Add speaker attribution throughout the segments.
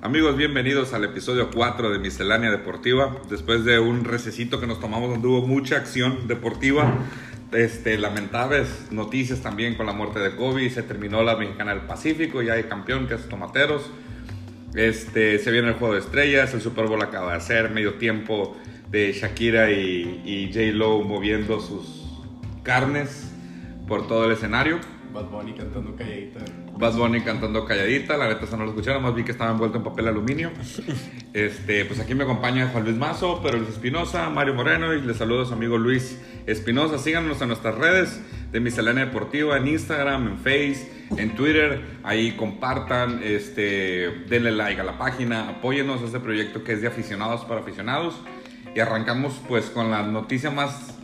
Speaker 1: Amigos, bienvenidos al episodio 4 de Miscelánea Deportiva. Después de un recesito que nos tomamos donde hubo mucha acción deportiva, este, lamentables noticias también con la muerte de Kobe, se terminó la Mexicana del Pacífico, ya hay campeón que es Tomateros. Este, se viene el juego de estrellas, el Super Bowl acaba de hacer, medio tiempo de Shakira y, y J. Lo moviendo sus carnes por todo el escenario.
Speaker 2: Bad Bunny cantando calladita.
Speaker 1: Bad Bunny cantando calladita, la neta esa no lo escucharon, más vi que estaba envuelto en papel aluminio. Este, pues aquí me acompaña Juan Luis Mazo, Pedro Luis Espinosa, Mario Moreno y les saludo a su amigo Luis Espinosa. Síganos en nuestras redes de Miscelánea Deportiva, en Instagram, en Face, en Twitter. Ahí compartan, este, denle like a la página, apóyenos a este proyecto que es de aficionados para aficionados. Y arrancamos pues con la noticia más,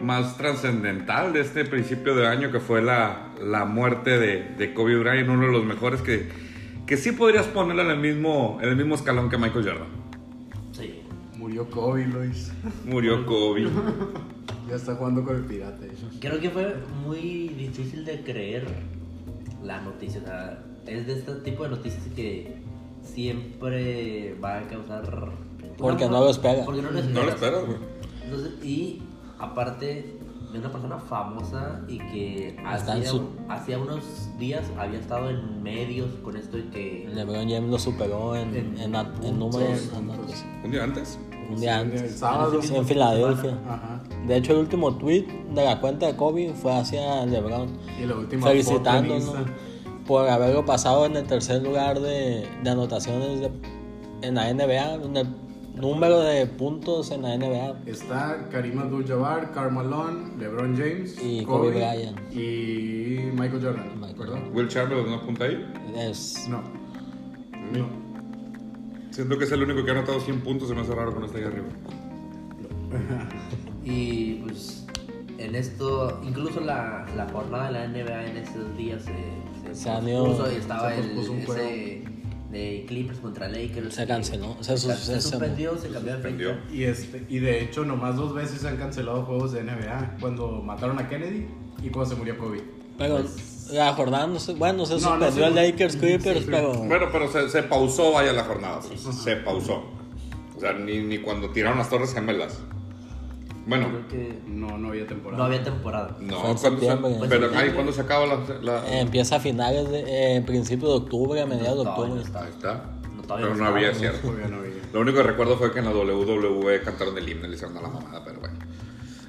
Speaker 1: más trascendental de este principio de año que fue la, la muerte de, de Kobe Bryant, uno de los mejores que, que sí podrías ponerlo en el, mismo, en el mismo escalón que Michael Jordan.
Speaker 3: Sí.
Speaker 2: Murió Kobe, Luis.
Speaker 1: Murió Kobe.
Speaker 2: Ya está jugando con el pirata. eh.
Speaker 3: Creo que fue muy difícil de creer la noticia. o sea, es de este tipo de noticias que siempre va a causar.
Speaker 4: Porque no lo esperas.
Speaker 3: Porque no lo esperas.
Speaker 1: No lo esperas, güey.
Speaker 3: Entonces, y aparte de una persona famosa y que
Speaker 4: Está en
Speaker 3: hacía,
Speaker 4: su-
Speaker 3: hacía unos días había estado en medios con esto y que.
Speaker 4: LeBron James lo superó en, en, at- en números en notas.
Speaker 1: ¿Un día antes?
Speaker 4: un día
Speaker 2: Sí, el
Speaker 4: antes.
Speaker 2: sábado.
Speaker 4: En, en Filadelfia.
Speaker 2: Ajá.
Speaker 4: De hecho, el último tweet de la cuenta de Kobe fue hacia LeBron,
Speaker 2: Y la última
Speaker 4: felicitándonos
Speaker 2: foto en Insta.
Speaker 4: por haberlo pasado en el tercer lugar de, de anotaciones de- en la NBA, en el número de puntos en la NBA.
Speaker 2: Está Karim Abdul-Jabbar, Karl Malone, LeBron James,
Speaker 4: Y Kobe Bryant.
Speaker 2: y Michael Jordan.
Speaker 4: Michael.
Speaker 2: ¿Perdón?
Speaker 1: Will Chamberlain no apunta ahí.
Speaker 4: Es,
Speaker 2: No. No.
Speaker 1: Siento que es el único que ha anotado 100 puntos, se me hace raro que no esté ahí arriba.
Speaker 3: Y pues en esto, incluso la, la jornada de la NBA en esos días se,
Speaker 4: Se anió.
Speaker 3: pospuso y estaba
Speaker 2: Se pospuso
Speaker 3: el,
Speaker 2: un juego.
Speaker 3: ese de Clippers contra Lakers.
Speaker 4: Se canceló, se sus-
Speaker 3: se
Speaker 4: se-
Speaker 3: suspendió, se cambió de
Speaker 1: suspendió.
Speaker 3: fecha.
Speaker 2: Y, este, y de hecho, nomás dos veces se han cancelado juegos de NBA. Cuando mataron a Kennedy y cuando se murió Kobe.
Speaker 4: pero la jornada, no sé, bueno, se
Speaker 2: No, no sé,
Speaker 4: suspendió el Lakers Clippers,
Speaker 2: sí.
Speaker 4: pero
Speaker 1: Bueno, pero se, se pausó vaya la jornada. pues, Se pausó. O sea, ni, ni cuando tiraron las torres gemelas. Bueno,
Speaker 3: Creo que
Speaker 2: No, no había temporada.
Speaker 3: no había temporada.
Speaker 1: no.
Speaker 4: Fue en
Speaker 1: ¿cuándo se-
Speaker 4: septiembre.
Speaker 1: pero ay, ¿cuándo se acaba la...? la-
Speaker 4: eh, empieza a finales, de, eh, en principio de octubre, a mediados de
Speaker 3: No,
Speaker 4: octubre.
Speaker 3: no estaba.
Speaker 1: Ahí está.
Speaker 3: No, todavía
Speaker 1: pero
Speaker 3: no
Speaker 1: no
Speaker 3: estaba,
Speaker 1: había
Speaker 3: no.
Speaker 1: cierre.
Speaker 2: Todavía no había.
Speaker 1: Lo único que recuerdo fue que en la WWE cantaron el himno y le hicieron a la mamada, pero bueno.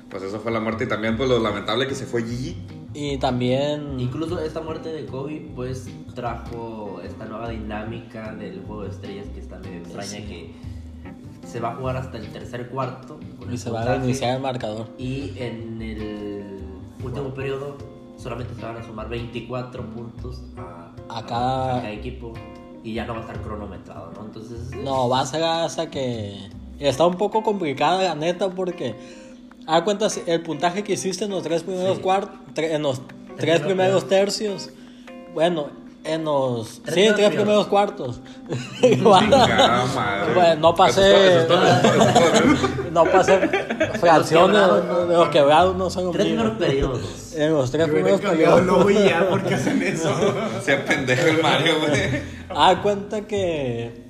Speaker 1: Pues eso fue la muerte y también pues lo lamentable que se fue Gigi.
Speaker 4: Y también
Speaker 3: Incluso esta muerte de Kobe pues trajo esta nueva dinámica del juego de estrellas que está medio extraña
Speaker 4: Sí.
Speaker 3: que se va a jugar hasta el tercer cuarto. con
Speaker 4: y
Speaker 3: el
Speaker 4: se va a
Speaker 3: puntaje.
Speaker 4: reiniciar el marcador.
Speaker 3: Y en el último periodo solamente se van a sumar 24 puntos a,
Speaker 4: A cada-
Speaker 3: a cada equipo y ya no va a estar cronometrado, ¿no? Entonces, eh,
Speaker 4: No, va a ser hasta que. Está un poco complicada la neta porque. A cuentas el puntaje que hiciste en los tres primeros
Speaker 3: Sí.
Speaker 4: cuartos. en los tres
Speaker 3: Tercero,
Speaker 4: primeros tercios. Bueno, en los.
Speaker 3: Tres
Speaker 4: sí, en tres
Speaker 3: primeros.
Speaker 4: primeros cuartos. Van a-
Speaker 1: Chingada madre.
Speaker 4: Bueno, no pasé.
Speaker 1: Eso es todo, eso es todo, eso es todo.
Speaker 4: no pasé fracciones
Speaker 3: quebrados, ¿no?
Speaker 4: de los quebrados, no son los
Speaker 3: tres primeros
Speaker 4: míos.
Speaker 3: periodos.
Speaker 4: En los tres
Speaker 2: Yo hubiera
Speaker 4: primeros
Speaker 2: cambiado
Speaker 4: periodos.
Speaker 2: el logo y ya, porque hacen eso?
Speaker 1: Se pendejo el Mario, güey.
Speaker 4: Ah, cuenta que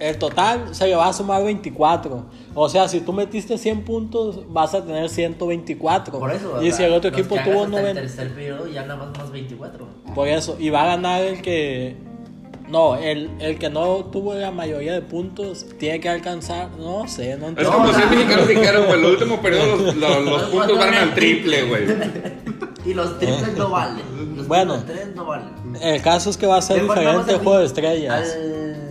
Speaker 4: el total se le va a sumar 24. O sea, si tú metiste 100 puntos, vas a tener 124.
Speaker 3: Por eso,
Speaker 4: y
Speaker 3: o
Speaker 4: si
Speaker 3: sea,
Speaker 4: el otro
Speaker 3: los que
Speaker 4: equipo
Speaker 3: hagas
Speaker 4: tuvo
Speaker 3: hasta El
Speaker 4: 90.
Speaker 3: tercer periodo ya nada más más 24.
Speaker 4: Por eso, y va a ganar el que. No, el, el que no tuvo la mayoría de puntos tiene que alcanzar. No sé, no
Speaker 1: Es
Speaker 4: entiendo.
Speaker 1: como si los mexicanos dijeron, güey, el último periodo los, los- los puntos van al triple, güey.
Speaker 3: Y los triples no valen. Los
Speaker 4: Eh. Bueno.
Speaker 3: triples tres no valen.
Speaker 4: El caso es que va a ser
Speaker 3: Mejor
Speaker 4: diferente
Speaker 3: vamos
Speaker 4: el
Speaker 3: al-
Speaker 4: juego de estrellas.
Speaker 3: al-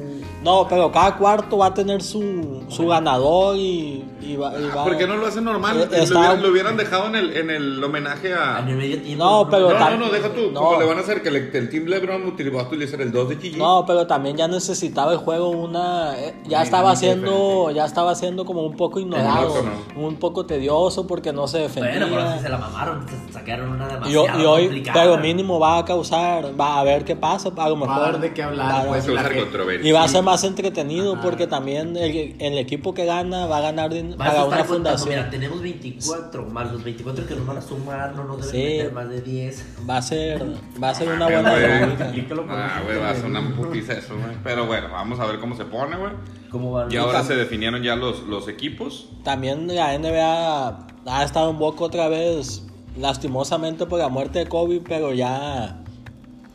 Speaker 4: No, pero cada cuarto va a tener su, su ganador y, y va, y va-
Speaker 1: ¿Por qué no lo hacen normal?
Speaker 4: Eh,
Speaker 1: Lo,
Speaker 4: está-
Speaker 1: hubieran, lo hubieran dejado en el, en el homenaje
Speaker 3: al
Speaker 1: a...
Speaker 3: medio tiempo,
Speaker 4: No, pero
Speaker 1: No, no,
Speaker 4: tam-
Speaker 1: no, deja tú.
Speaker 4: no.
Speaker 1: Como le van a hacer que le- el Team LeBron utilizó a utilizar el 2 de Gigi.
Speaker 4: No, pero también ya necesitaba el juego una eh, ya estaba siendo ya estaba siendo como un poco ignorado,
Speaker 1: Loco,
Speaker 4: un poco tedioso porque no se defendía.
Speaker 3: Bueno, pero así se la mamaron. Se sacaron una demasiado
Speaker 4: y, ho- y hoy
Speaker 3: complicada.
Speaker 4: pero mínimo va a causar, va a ver qué pasa, a lo mejor
Speaker 2: Va a dar de qué hablar,
Speaker 4: va a-
Speaker 2: pues.
Speaker 1: Se usa
Speaker 2: la gente-
Speaker 1: controversia.
Speaker 4: Y va a ser más entretenido porque también el, el equipo que gana va a ganar din- un,
Speaker 3: Vas
Speaker 4: para
Speaker 3: a
Speaker 4: una
Speaker 3: estar contando,
Speaker 4: fundación.
Speaker 3: mira, tenemos 24 más los 24 que nos van a sumar, no nos deben
Speaker 4: Sí.
Speaker 3: meter más de 10.
Speaker 4: Va a ser, va a ser una
Speaker 1: Mames,
Speaker 4: buena
Speaker 1: güey.
Speaker 4: dinámica.
Speaker 2: Explícalo por
Speaker 1: Ah,
Speaker 2: eso,
Speaker 1: güey, va a ser
Speaker 2: güey.
Speaker 1: una putiza eso, güey. Pero bueno, vamos a ver cómo se pone, güey.
Speaker 3: ¿Cómo van?
Speaker 1: Y ahora se definieron ya los, los equipos.
Speaker 4: También la NBA ha estado en boca otra vez, lastimosamente por la muerte de Kobe, pero ya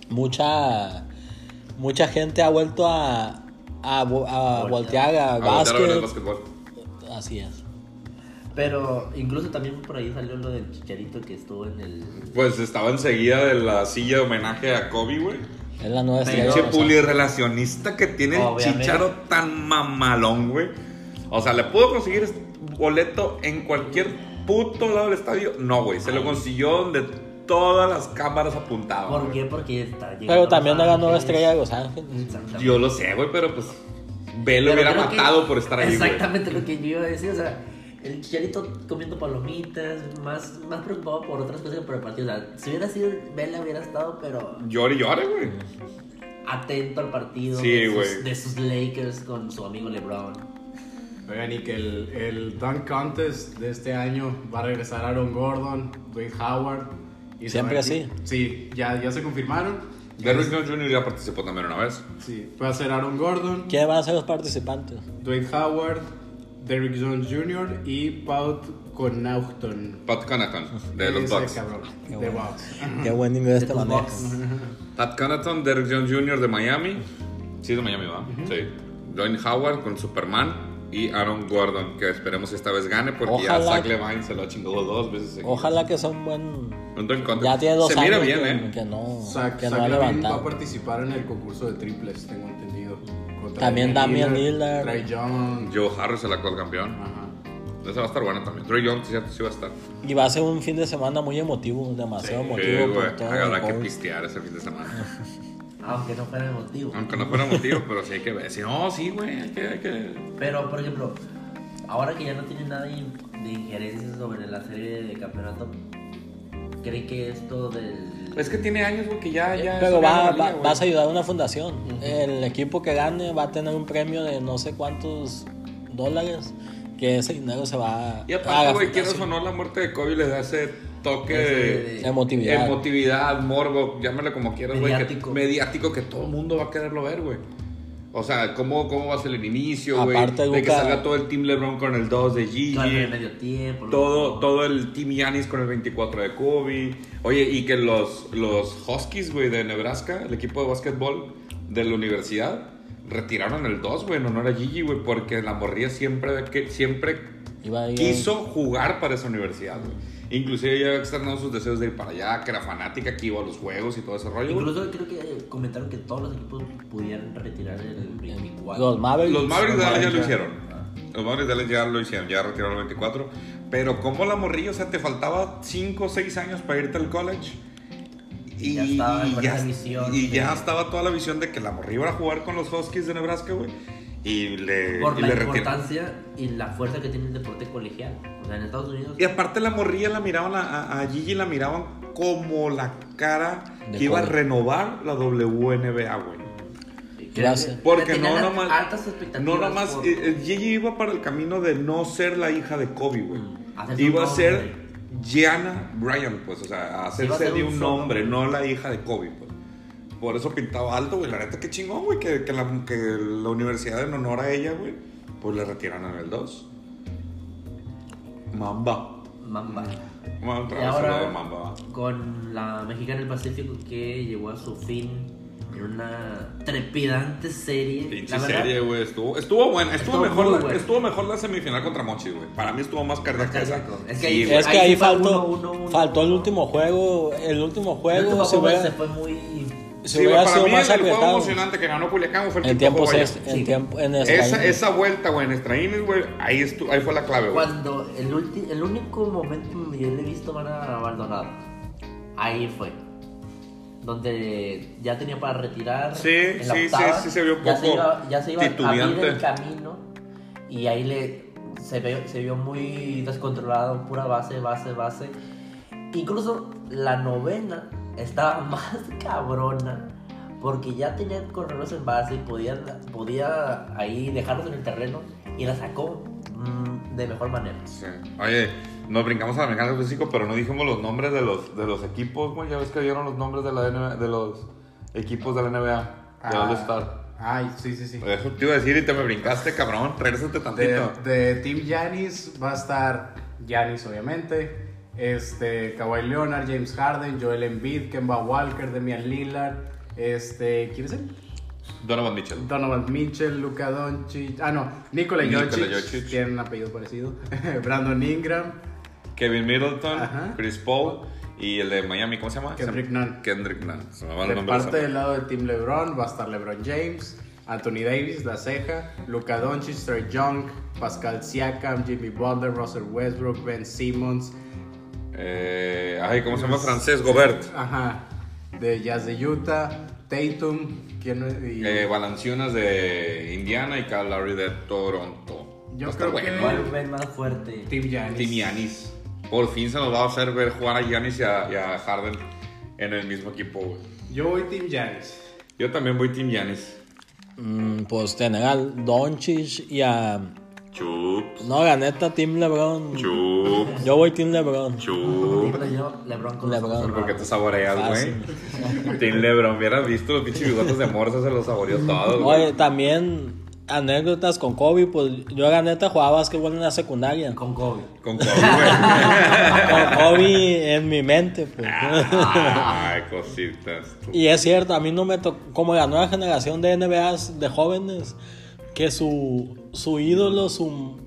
Speaker 4: mucha mucha gente ha vuelto a, a, vo- a voltear a,
Speaker 1: A votar a ver el
Speaker 4: básquet.
Speaker 1: básquetbol.
Speaker 4: Así es.
Speaker 3: Pero incluso también por ahí salió lo del chicharito que estuvo en el.
Speaker 1: Pues estaba enseguida de la silla de homenaje a Kobe, güey.
Speaker 4: Es la nueva estrella.
Speaker 1: Pinche
Speaker 4: de los
Speaker 1: puli relacionista que tiene el
Speaker 3: Obviamente.
Speaker 1: chicharo tan mamalón, güey. O sea, ¿le pudo conseguir este boleto en cualquier puto lado del estadio? No, güey. Se lo consiguió donde todas las cámaras apuntaban.
Speaker 3: ¿Por
Speaker 1: güey.
Speaker 3: qué? Porque está llegando.
Speaker 4: Pero también
Speaker 3: Los
Speaker 4: es la nueva
Speaker 3: Ángeles.
Speaker 4: estrella de Los Ángeles.
Speaker 3: Exactamente.
Speaker 1: Yo lo sé, güey, pero pues. Bell lo
Speaker 3: Pero
Speaker 1: hubiera
Speaker 3: creo que-
Speaker 1: matado por estar ahí, güey.
Speaker 3: Exactamente lo que yo iba a decir, o sea, el chicharito comiendo palomitas, más, más preocupado por otras cosas que por el partido. O sea, si hubiera sido Vela, hubiera estado, pero
Speaker 1: Llore, llore, güey.
Speaker 3: atento al partido
Speaker 1: Sí,
Speaker 3: de,
Speaker 1: güey.
Speaker 3: sus, de sus Lakers con su amigo LeBron.
Speaker 2: Oigan, y que el, el Dunk Contest de este año va a regresar Aaron Gordon, Dwayne Howard. Y se
Speaker 4: Siempre
Speaker 2: va a-
Speaker 4: así.
Speaker 2: Sí, ya, ya se confirmaron.
Speaker 1: Derrick Jones Jr. ya participó también una vez.
Speaker 2: Sí, va a ser Aaron Gordon,
Speaker 4: ¿Quiénes van a ser los participantes?
Speaker 2: Dwayne Howard, Derrick Jones Jr. y Paut Connaughton.
Speaker 1: Pat Connaughton, de los
Speaker 2: Ese
Speaker 1: Bucks.
Speaker 2: cabrón, de
Speaker 4: Qué bueno.
Speaker 2: Bucks.
Speaker 4: Qué buen inglés este
Speaker 3: tus
Speaker 4: manejo.
Speaker 3: Bucks.
Speaker 1: Pat Connaughton, Derrick Jones Jr. de Miami. Sí, de Miami, ¿va? Sí. Dwayne Howard con Superman y Aaron Gordon, que esperemos esta vez gane porque ya
Speaker 4: Ojalá.
Speaker 1: Zach Levine se lo ha chingado dos veces. seguidas.
Speaker 4: Ojalá que sea un buen.
Speaker 1: Un Dunk Contest.
Speaker 4: Ya tiene dos
Speaker 1: Se
Speaker 4: años
Speaker 1: mira
Speaker 4: que,
Speaker 1: bien, ¿eh?
Speaker 4: que no,
Speaker 2: Zach,
Speaker 4: Oh, que no
Speaker 2: Zach
Speaker 4: ha
Speaker 2: Levine va a
Speaker 4: levantado.
Speaker 2: participar en el concurso de triples, tengo entendido. Contra
Speaker 4: También Damian Lillard.
Speaker 2: Trae John.
Speaker 1: Joe Harris, el actual campeón.
Speaker 2: Ajá.
Speaker 1: Esa va a estar buena también. Trey Young, sí, sí va a estar.
Speaker 4: Y va a ser un fin de semana muy emotivo, demasiado emotivo.
Speaker 1: Sí, güey.
Speaker 4: por todo el
Speaker 1: Habrá que
Speaker 4: COVID.
Speaker 1: pistear ese fin de semana.
Speaker 3: Aunque no fuera el motivo.
Speaker 1: Aunque no fuera motivo, pero sí hay que ver. Sí, no, sí, güey. Hay que, hay que...
Speaker 3: Pero, por ejemplo, ahora que ya no tiene nada de de injerencia sobre la serie de campeonato, ¿creen que esto del.
Speaker 1: Es que tiene años, güey, que ya. ya
Speaker 4: Eh, Pero
Speaker 1: eso ya no
Speaker 4: va,
Speaker 1: valía,
Speaker 4: va-
Speaker 1: güey.
Speaker 4: vas a ayudar a una fundación. El equipo que gane va a tener un premio de no sé cuántos dólares, que ese dinero se va a...
Speaker 1: Y
Speaker 4: a la
Speaker 1: aparte, güey, quieras o
Speaker 4: fundación.
Speaker 1: no, la muerte de Kobe les da ese toque
Speaker 3: Ese
Speaker 1: de
Speaker 4: Emotividad.
Speaker 1: emotividad, morbo, llámale como quieras, güey. que-
Speaker 3: Mediático.
Speaker 1: Mediático que todo el mundo va a quererlo ver, güey. O sea, ¿cómo, cómo va a ser el inicio, güey?
Speaker 4: Aparte,
Speaker 1: De que
Speaker 4: Luca-
Speaker 1: salga todo el Team LeBron con el 2 de
Speaker 3: todo el
Speaker 1: Gigi.
Speaker 3: medio tiempo? lo-
Speaker 1: Todo, todo el Team Giannis con el 24 de Kobe. Oye, y que los, los Huskies, güey, de Nebraska, el equipo de básquetbol de la universidad, retiraron el 2, güey, en honor a Gigi, güey, porque la morría siempre, que, siempre
Speaker 4: Iba a ir-
Speaker 1: quiso jugar para esa universidad, güey. Inclusive ella había externado sus deseos de ir para allá, que era fanática, que iba a los juegos y todo ese rollo. güey.
Speaker 3: Incluso creo que eh, comentaron que todos los equipos pudieran retirar el
Speaker 1: Mm.
Speaker 3: 24.
Speaker 4: Los Mavericks.
Speaker 1: Los Mavericks de Dallas ya lo
Speaker 2: ya.
Speaker 1: hicieron. Los Mavericks de Dallas ya lo hicieron, ya retiraron el 24. Pero como la morrilla, o sea, te faltaba 5 o 6 años para irte al college. Y
Speaker 3: Ya estaba con
Speaker 1: ya-
Speaker 3: esa visión,
Speaker 1: y
Speaker 3: sí.
Speaker 1: ya estaba toda la visión de que la morrilla iba a jugar con los Huskies de Nebraska, güey. Y le,
Speaker 3: por
Speaker 1: y
Speaker 3: la
Speaker 1: le retiraron.
Speaker 3: importancia y la fuerza que tiene el deporte colegial. O sea, en Estados Unidos.
Speaker 1: Y aparte la morrilla la miraban, a- a, a Gigi la miraban como la cara
Speaker 4: De
Speaker 1: que iba a
Speaker 4: Kobe.
Speaker 1: renovar la WNBA, güey.
Speaker 3: creo
Speaker 4: Gracias.
Speaker 3: que
Speaker 1: Porque
Speaker 3: tenían
Speaker 1: no
Speaker 3: al-
Speaker 1: nomás...
Speaker 3: Altas
Speaker 1: No
Speaker 3: expectativas.
Speaker 1: nomás...
Speaker 3: por-
Speaker 1: eh, eh, Gigi iba para el camino de no ser la hija de Kobe, güey.
Speaker 3: Mm, hacerse
Speaker 1: Iba
Speaker 3: un
Speaker 1: a ser
Speaker 3: nombre.
Speaker 1: Gianna Bryan, pues. O sea, a hacerse
Speaker 3: ser
Speaker 1: de
Speaker 3: un
Speaker 1: un
Speaker 3: solo.
Speaker 1: nombre, no la hija de Kobe, pues. Por eso pintaba alto, güey. La neta, qué chingón, güey. Que, que la, que la universidad en honor a ella, güey, pues le retiran en el 2. Mamba.
Speaker 3: Mamba.
Speaker 1: Vamos a entrar
Speaker 3: Y
Speaker 1: a hablar de
Speaker 3: ahora,
Speaker 1: Mamba, va.
Speaker 3: con la mexicana del Pacífico que llegó a su fin en una trepidante serie.
Speaker 1: Pinche
Speaker 3: la verdad,
Speaker 1: serie, güey. Estuvo, estuvo buena. Estuvo,
Speaker 3: Estuvo
Speaker 1: mejor
Speaker 3: muy
Speaker 1: la,
Speaker 3: buena.
Speaker 1: estuvo mejor la semifinal contra Mochi, güey. Para mí estuvo más cardíaca que esa.
Speaker 3: cardíaco. Es
Speaker 1: Sí,
Speaker 3: que ahí-
Speaker 1: güey.
Speaker 4: Es que ahí,
Speaker 3: sí fue
Speaker 4: faltó,
Speaker 3: uno, uno, uno,
Speaker 4: faltó el
Speaker 3: uno.
Speaker 4: último juego. El último
Speaker 3: el
Speaker 4: juego
Speaker 3: último
Speaker 4: se
Speaker 3: juego
Speaker 4: hubiera,
Speaker 3: se
Speaker 1: este-
Speaker 3: fue muy.
Speaker 4: se
Speaker 1: Sí, güey,
Speaker 4: hubiera
Speaker 1: para
Speaker 4: sido
Speaker 1: mí
Speaker 4: más
Speaker 1: el juego
Speaker 4: apretado.
Speaker 1: emocionante que ganó Culiacán fue el
Speaker 4: En
Speaker 1: tiempo
Speaker 4: tiempos
Speaker 1: vaya.
Speaker 4: ex- en
Speaker 3: Sí.
Speaker 4: tiempo en extra-
Speaker 1: Esa, esa vuelta, güey, en extraínes, güey, ahí, estu- ahí fue la clave, güey.
Speaker 3: Cuando el, ulti- el único momento donde yo le he visto van a abandonado, ahí fue. Donde ya tenía para retirar.
Speaker 1: Sí,
Speaker 3: en la
Speaker 1: sí,
Speaker 3: octava,
Speaker 1: sí, sí se vio un
Speaker 3: ya
Speaker 1: poco
Speaker 3: se iba, ya se iba a abrir
Speaker 1: titubeante.
Speaker 3: el camino. Y ahí le, se, vio, se vio muy descontrolado, pura base, base, base. Incluso la novena estaba más cabrona. Porque ya tenían corredores en base y podían, podía ahí dejarlos en el terreno. Y la sacó mm, de mejor manera.
Speaker 1: Sí. Oye, nos brincamos a la mecánica de físico, pero no dijimos los nombres de los, de los equipos, güey. Ya ves que dieron los nombres de, la NBA, de los equipos de la NBA, de
Speaker 2: Ah,
Speaker 1: All-Star.
Speaker 2: Ay, sí, sí, sí.
Speaker 1: Eso te iba a decir y te me brincaste, cabrón. Regrésate
Speaker 2: De,
Speaker 1: tantito.
Speaker 2: de Team Giannis va a estar Giannis, obviamente. Este, Kawhi Leonard, James Harden, Joel Embiid, Kemba Walker, Demian Lillard. Este, ¿quién es él?
Speaker 1: Donovan Mitchell.
Speaker 2: Donovan Mitchell, Luka Doncic. Ah, no, Nikola
Speaker 1: Nikola
Speaker 2: Jokic.
Speaker 1: Jokic.
Speaker 2: Tienen apellido parecido. Brandon Ingram.
Speaker 1: Kevin Middleton,
Speaker 2: Ajá.
Speaker 1: Chris Paul y el de Miami, ¿cómo se llama?
Speaker 2: Kendrick
Speaker 1: Se-
Speaker 2: Nunn.
Speaker 1: Kendrick Nunn. Se me va el
Speaker 2: De
Speaker 1: nombre de esa
Speaker 2: parte del
Speaker 1: madre.
Speaker 2: lado de Team LeBron va a estar LeBron James, Anthony Davis, La Ceja, Luka Doncic, Trey Young, Pascal Siakam, Jimmy Butler, Russell Westbrook, Ben Simmons,
Speaker 1: Eh, ay, ¿cómo se llama? Francés Gobert.
Speaker 2: ajá, de Jazz de Utah, Tatum, ¿quién no- y-
Speaker 1: Eh, Valanciunas de Indiana y Kyle Lowry de Toronto.
Speaker 2: Yo
Speaker 1: Va a estar
Speaker 2: creo que-
Speaker 1: bueno.
Speaker 3: ¿Cuál ven más fuerte?
Speaker 2: Team Giannis.
Speaker 1: Team Giannis. Por fin se nos va a hacer ver jugar a Giannis y a, y a Harden en el mismo equipo, güey.
Speaker 2: Yo voy Team Giannis.
Speaker 1: Yo también voy Team Giannis.
Speaker 4: Mm, pues tener al Doncic y a.
Speaker 1: Chups,
Speaker 4: No, la neta, Team LeBron.
Speaker 1: chups,
Speaker 4: Yo voy Team LeBron.
Speaker 1: chups.
Speaker 3: Siempre yo, LeBron con los
Speaker 4: LeBron.
Speaker 3: ojos
Speaker 1: ¿Por qué te
Speaker 3: cerrados.
Speaker 1: saboreas,
Speaker 4: Fácil.
Speaker 1: güey? Team LeBron, hubieras visto los pinches bigotes de Morsa, se los saboreó todo, güey.
Speaker 4: Oye, también anécdotas con Kobe. Pues yo, la neta, jugaba básquetbol en la secundaria. Con
Speaker 3: Con Kobe.
Speaker 1: Con Kobe, güey.
Speaker 4: Kobe en mi mente, pues.
Speaker 1: Ay, cositas. tú.
Speaker 4: Y es cierto, a mí no me tocó, como la nueva generación de NBAs de jóvenes, que su, su ídolo, su,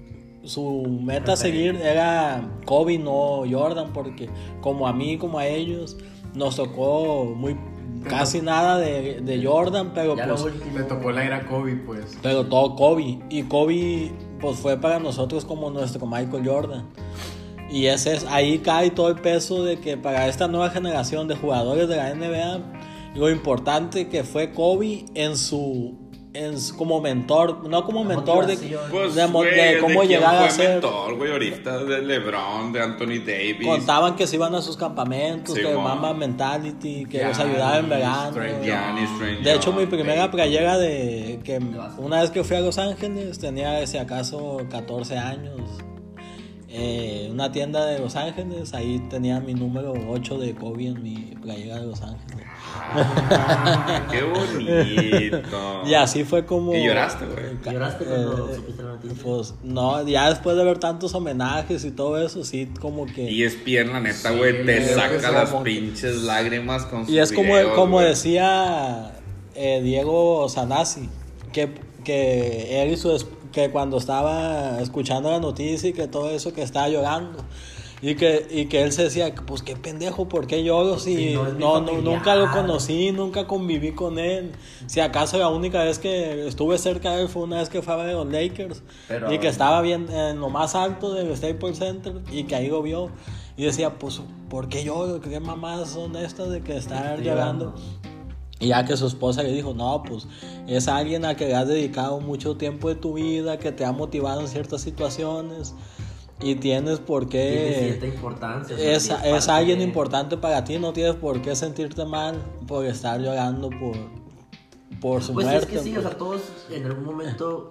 Speaker 4: su meta a seguir era Kobe, no Jordan, porque como a mí, como a ellos, nos tocó muy casi nada de, de Jordan, pero
Speaker 3: Ya
Speaker 4: pues,
Speaker 3: lo último.
Speaker 2: Le tocó la era Kobe, pues.
Speaker 4: pero todo Kobe. Y Kobe pues fue para nosotros como nuestro Michael Jordan. Y ese es, ahí cae todo el peso de que para esta nueva generación de jugadores de la NBA, lo importante que fue Kobe en su, en su- como mentor, no como
Speaker 3: La
Speaker 4: mentor de,
Speaker 3: motivación.
Speaker 1: Pues,
Speaker 4: de mo-
Speaker 1: güey,
Speaker 4: de
Speaker 1: ¿de
Speaker 4: cómo
Speaker 1: quién
Speaker 4: llegar
Speaker 1: fue
Speaker 4: a ser.
Speaker 1: mentor, güey, ahorita de LeBron, de Anthony Davis.
Speaker 4: Contaban que se iban a sus campamentos,
Speaker 1: Sí,
Speaker 4: que
Speaker 1: mo.
Speaker 4: Mamba Mentality, que los
Speaker 2: Ya,
Speaker 4: ayudaba en verano.
Speaker 2: straight,
Speaker 1: Giannis, Trey
Speaker 4: De hecho,
Speaker 1: Young,
Speaker 4: mi primera
Speaker 1: Tatum.
Speaker 4: playera de que una vez que fui a Los Ángeles tenía, si acaso, 14 años. Eh, una tienda de Los Ángeles, ahí tenía mi número 8 de Kobe en mi playera de Los Ángeles.
Speaker 1: Ah, qué bonito.
Speaker 4: Y así fue como.
Speaker 1: ¿Y lloraste, güey?
Speaker 4: Ca-
Speaker 3: ¿Lloraste cuando
Speaker 4: eh,
Speaker 3: supiste la noticia?
Speaker 4: Pues no, ya después de ver tantos homenajes y todo eso, sí, como que.
Speaker 1: Y es la neta, güey,
Speaker 2: Sí,
Speaker 1: te
Speaker 2: creo que
Speaker 1: saca
Speaker 2: es
Speaker 1: las
Speaker 2: como que-
Speaker 1: pinches lágrimas con sus
Speaker 4: Y es como,
Speaker 1: videos,
Speaker 4: como
Speaker 1: güey.
Speaker 4: decía eh, Diego Sanasi, que, que él y su es- que cuando estaba escuchando la noticia y que todo eso que estaba llorando. Y que, y que él se decía, pues qué pendejo, ¿por qué lloro si
Speaker 3: Si no es mi
Speaker 4: no, no-
Speaker 3: familiar?"
Speaker 4: nunca lo conocí, nunca conviví con él? Si acaso la única vez que estuve cerca de él fue una vez que fue a ver los Lakers
Speaker 3: Pero-
Speaker 4: y que estaba bien en lo más alto del Staples Center y que ahí lo vio y decía, pues, ¿por qué lloro? ¿Qué mamás son estas de que estar
Speaker 3: Estoy
Speaker 4: llorando?
Speaker 3: llorando.
Speaker 4: Y ya que su esposa le dijo, no, pues es alguien a que le has dedicado mucho tiempo de tu vida, que te ha motivado en ciertas situaciones y tienes por
Speaker 3: Tiene cierta
Speaker 4: qué...
Speaker 3: importancia. o sea,
Speaker 4: Es,
Speaker 3: sí,
Speaker 4: es
Speaker 3: parte
Speaker 4: alguien
Speaker 3: de-
Speaker 4: importante para ti, no tienes por qué sentirte mal por estar llorando por, por su
Speaker 3: Pues
Speaker 4: muerte.
Speaker 3: es que sí, o
Speaker 4: pues.
Speaker 3: sea, todos en algún momento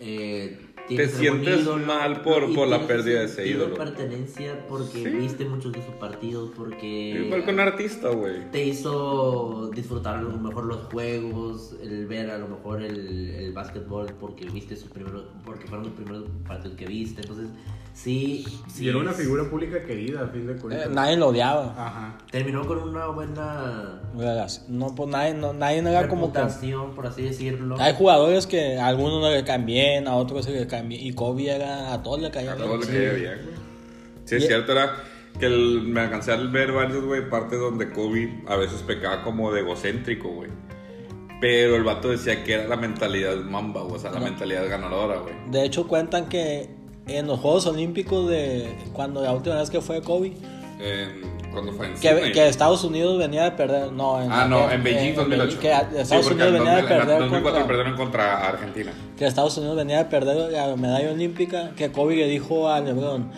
Speaker 3: eh,
Speaker 1: Te sientes mal por-
Speaker 3: y
Speaker 1: por la
Speaker 3: tienes
Speaker 1: pérdida de
Speaker 3: ese
Speaker 1: ese
Speaker 3: sentido
Speaker 1: ídolo.
Speaker 3: de pertenencia porque
Speaker 1: Sí.
Speaker 3: viste muchos de sus partidos, porque
Speaker 1: Igual que un artista, güey.
Speaker 3: te hizo disfrutar a lo mejor los juegos, el ver a lo mejor el, el básquetbol porque viste sus primeros, porque fueron los primeros partidos que viste, entonces sí, sí
Speaker 2: y era una
Speaker 3: es-
Speaker 2: figura pública querida, a fin de
Speaker 4: Eh,
Speaker 2: cuentas.
Speaker 4: nadie lo odiaba.
Speaker 2: Ajá.
Speaker 3: terminó con una buena
Speaker 4: Relación. No, pues nadie, no, nadie no era como que.
Speaker 3: reputación, por así decirlo.
Speaker 4: Hay jugadores que a algunos no le caen bien, a otros se le caen bien. Y Kobe era, a todos le caía
Speaker 1: A todos
Speaker 4: bien.
Speaker 1: les caía bien, güey. Sí, es
Speaker 4: Y- e
Speaker 1: cierto, era que el- me alcancé a ver varios, güey, partes donde Kobe a veces pecaba como de egocéntrico, güey. Pero el vato decía que era la mentalidad mamba, güey, o sea, la mentalidad ganadora, güey.
Speaker 4: De hecho, cuentan que en los Juegos Olímpicos de cuando la última vez que fue Kobe,
Speaker 1: En- cuando fue en
Speaker 4: que,
Speaker 1: Sydney.
Speaker 4: que Estados Unidos venía de perder. No, en,
Speaker 1: Ah, no,
Speaker 4: que-
Speaker 1: en Beijing 2008.
Speaker 4: Que a-
Speaker 1: Sí,
Speaker 4: Estados
Speaker 1: porque
Speaker 4: Unidos
Speaker 1: en
Speaker 4: venía de
Speaker 1: 2000 en
Speaker 4: perder.
Speaker 1: 2004
Speaker 4: contra-
Speaker 1: perdieron contra Argentina.
Speaker 4: que Estados Unidos venía de perder la medalla olímpica, que Kobe le dijo a LeBron,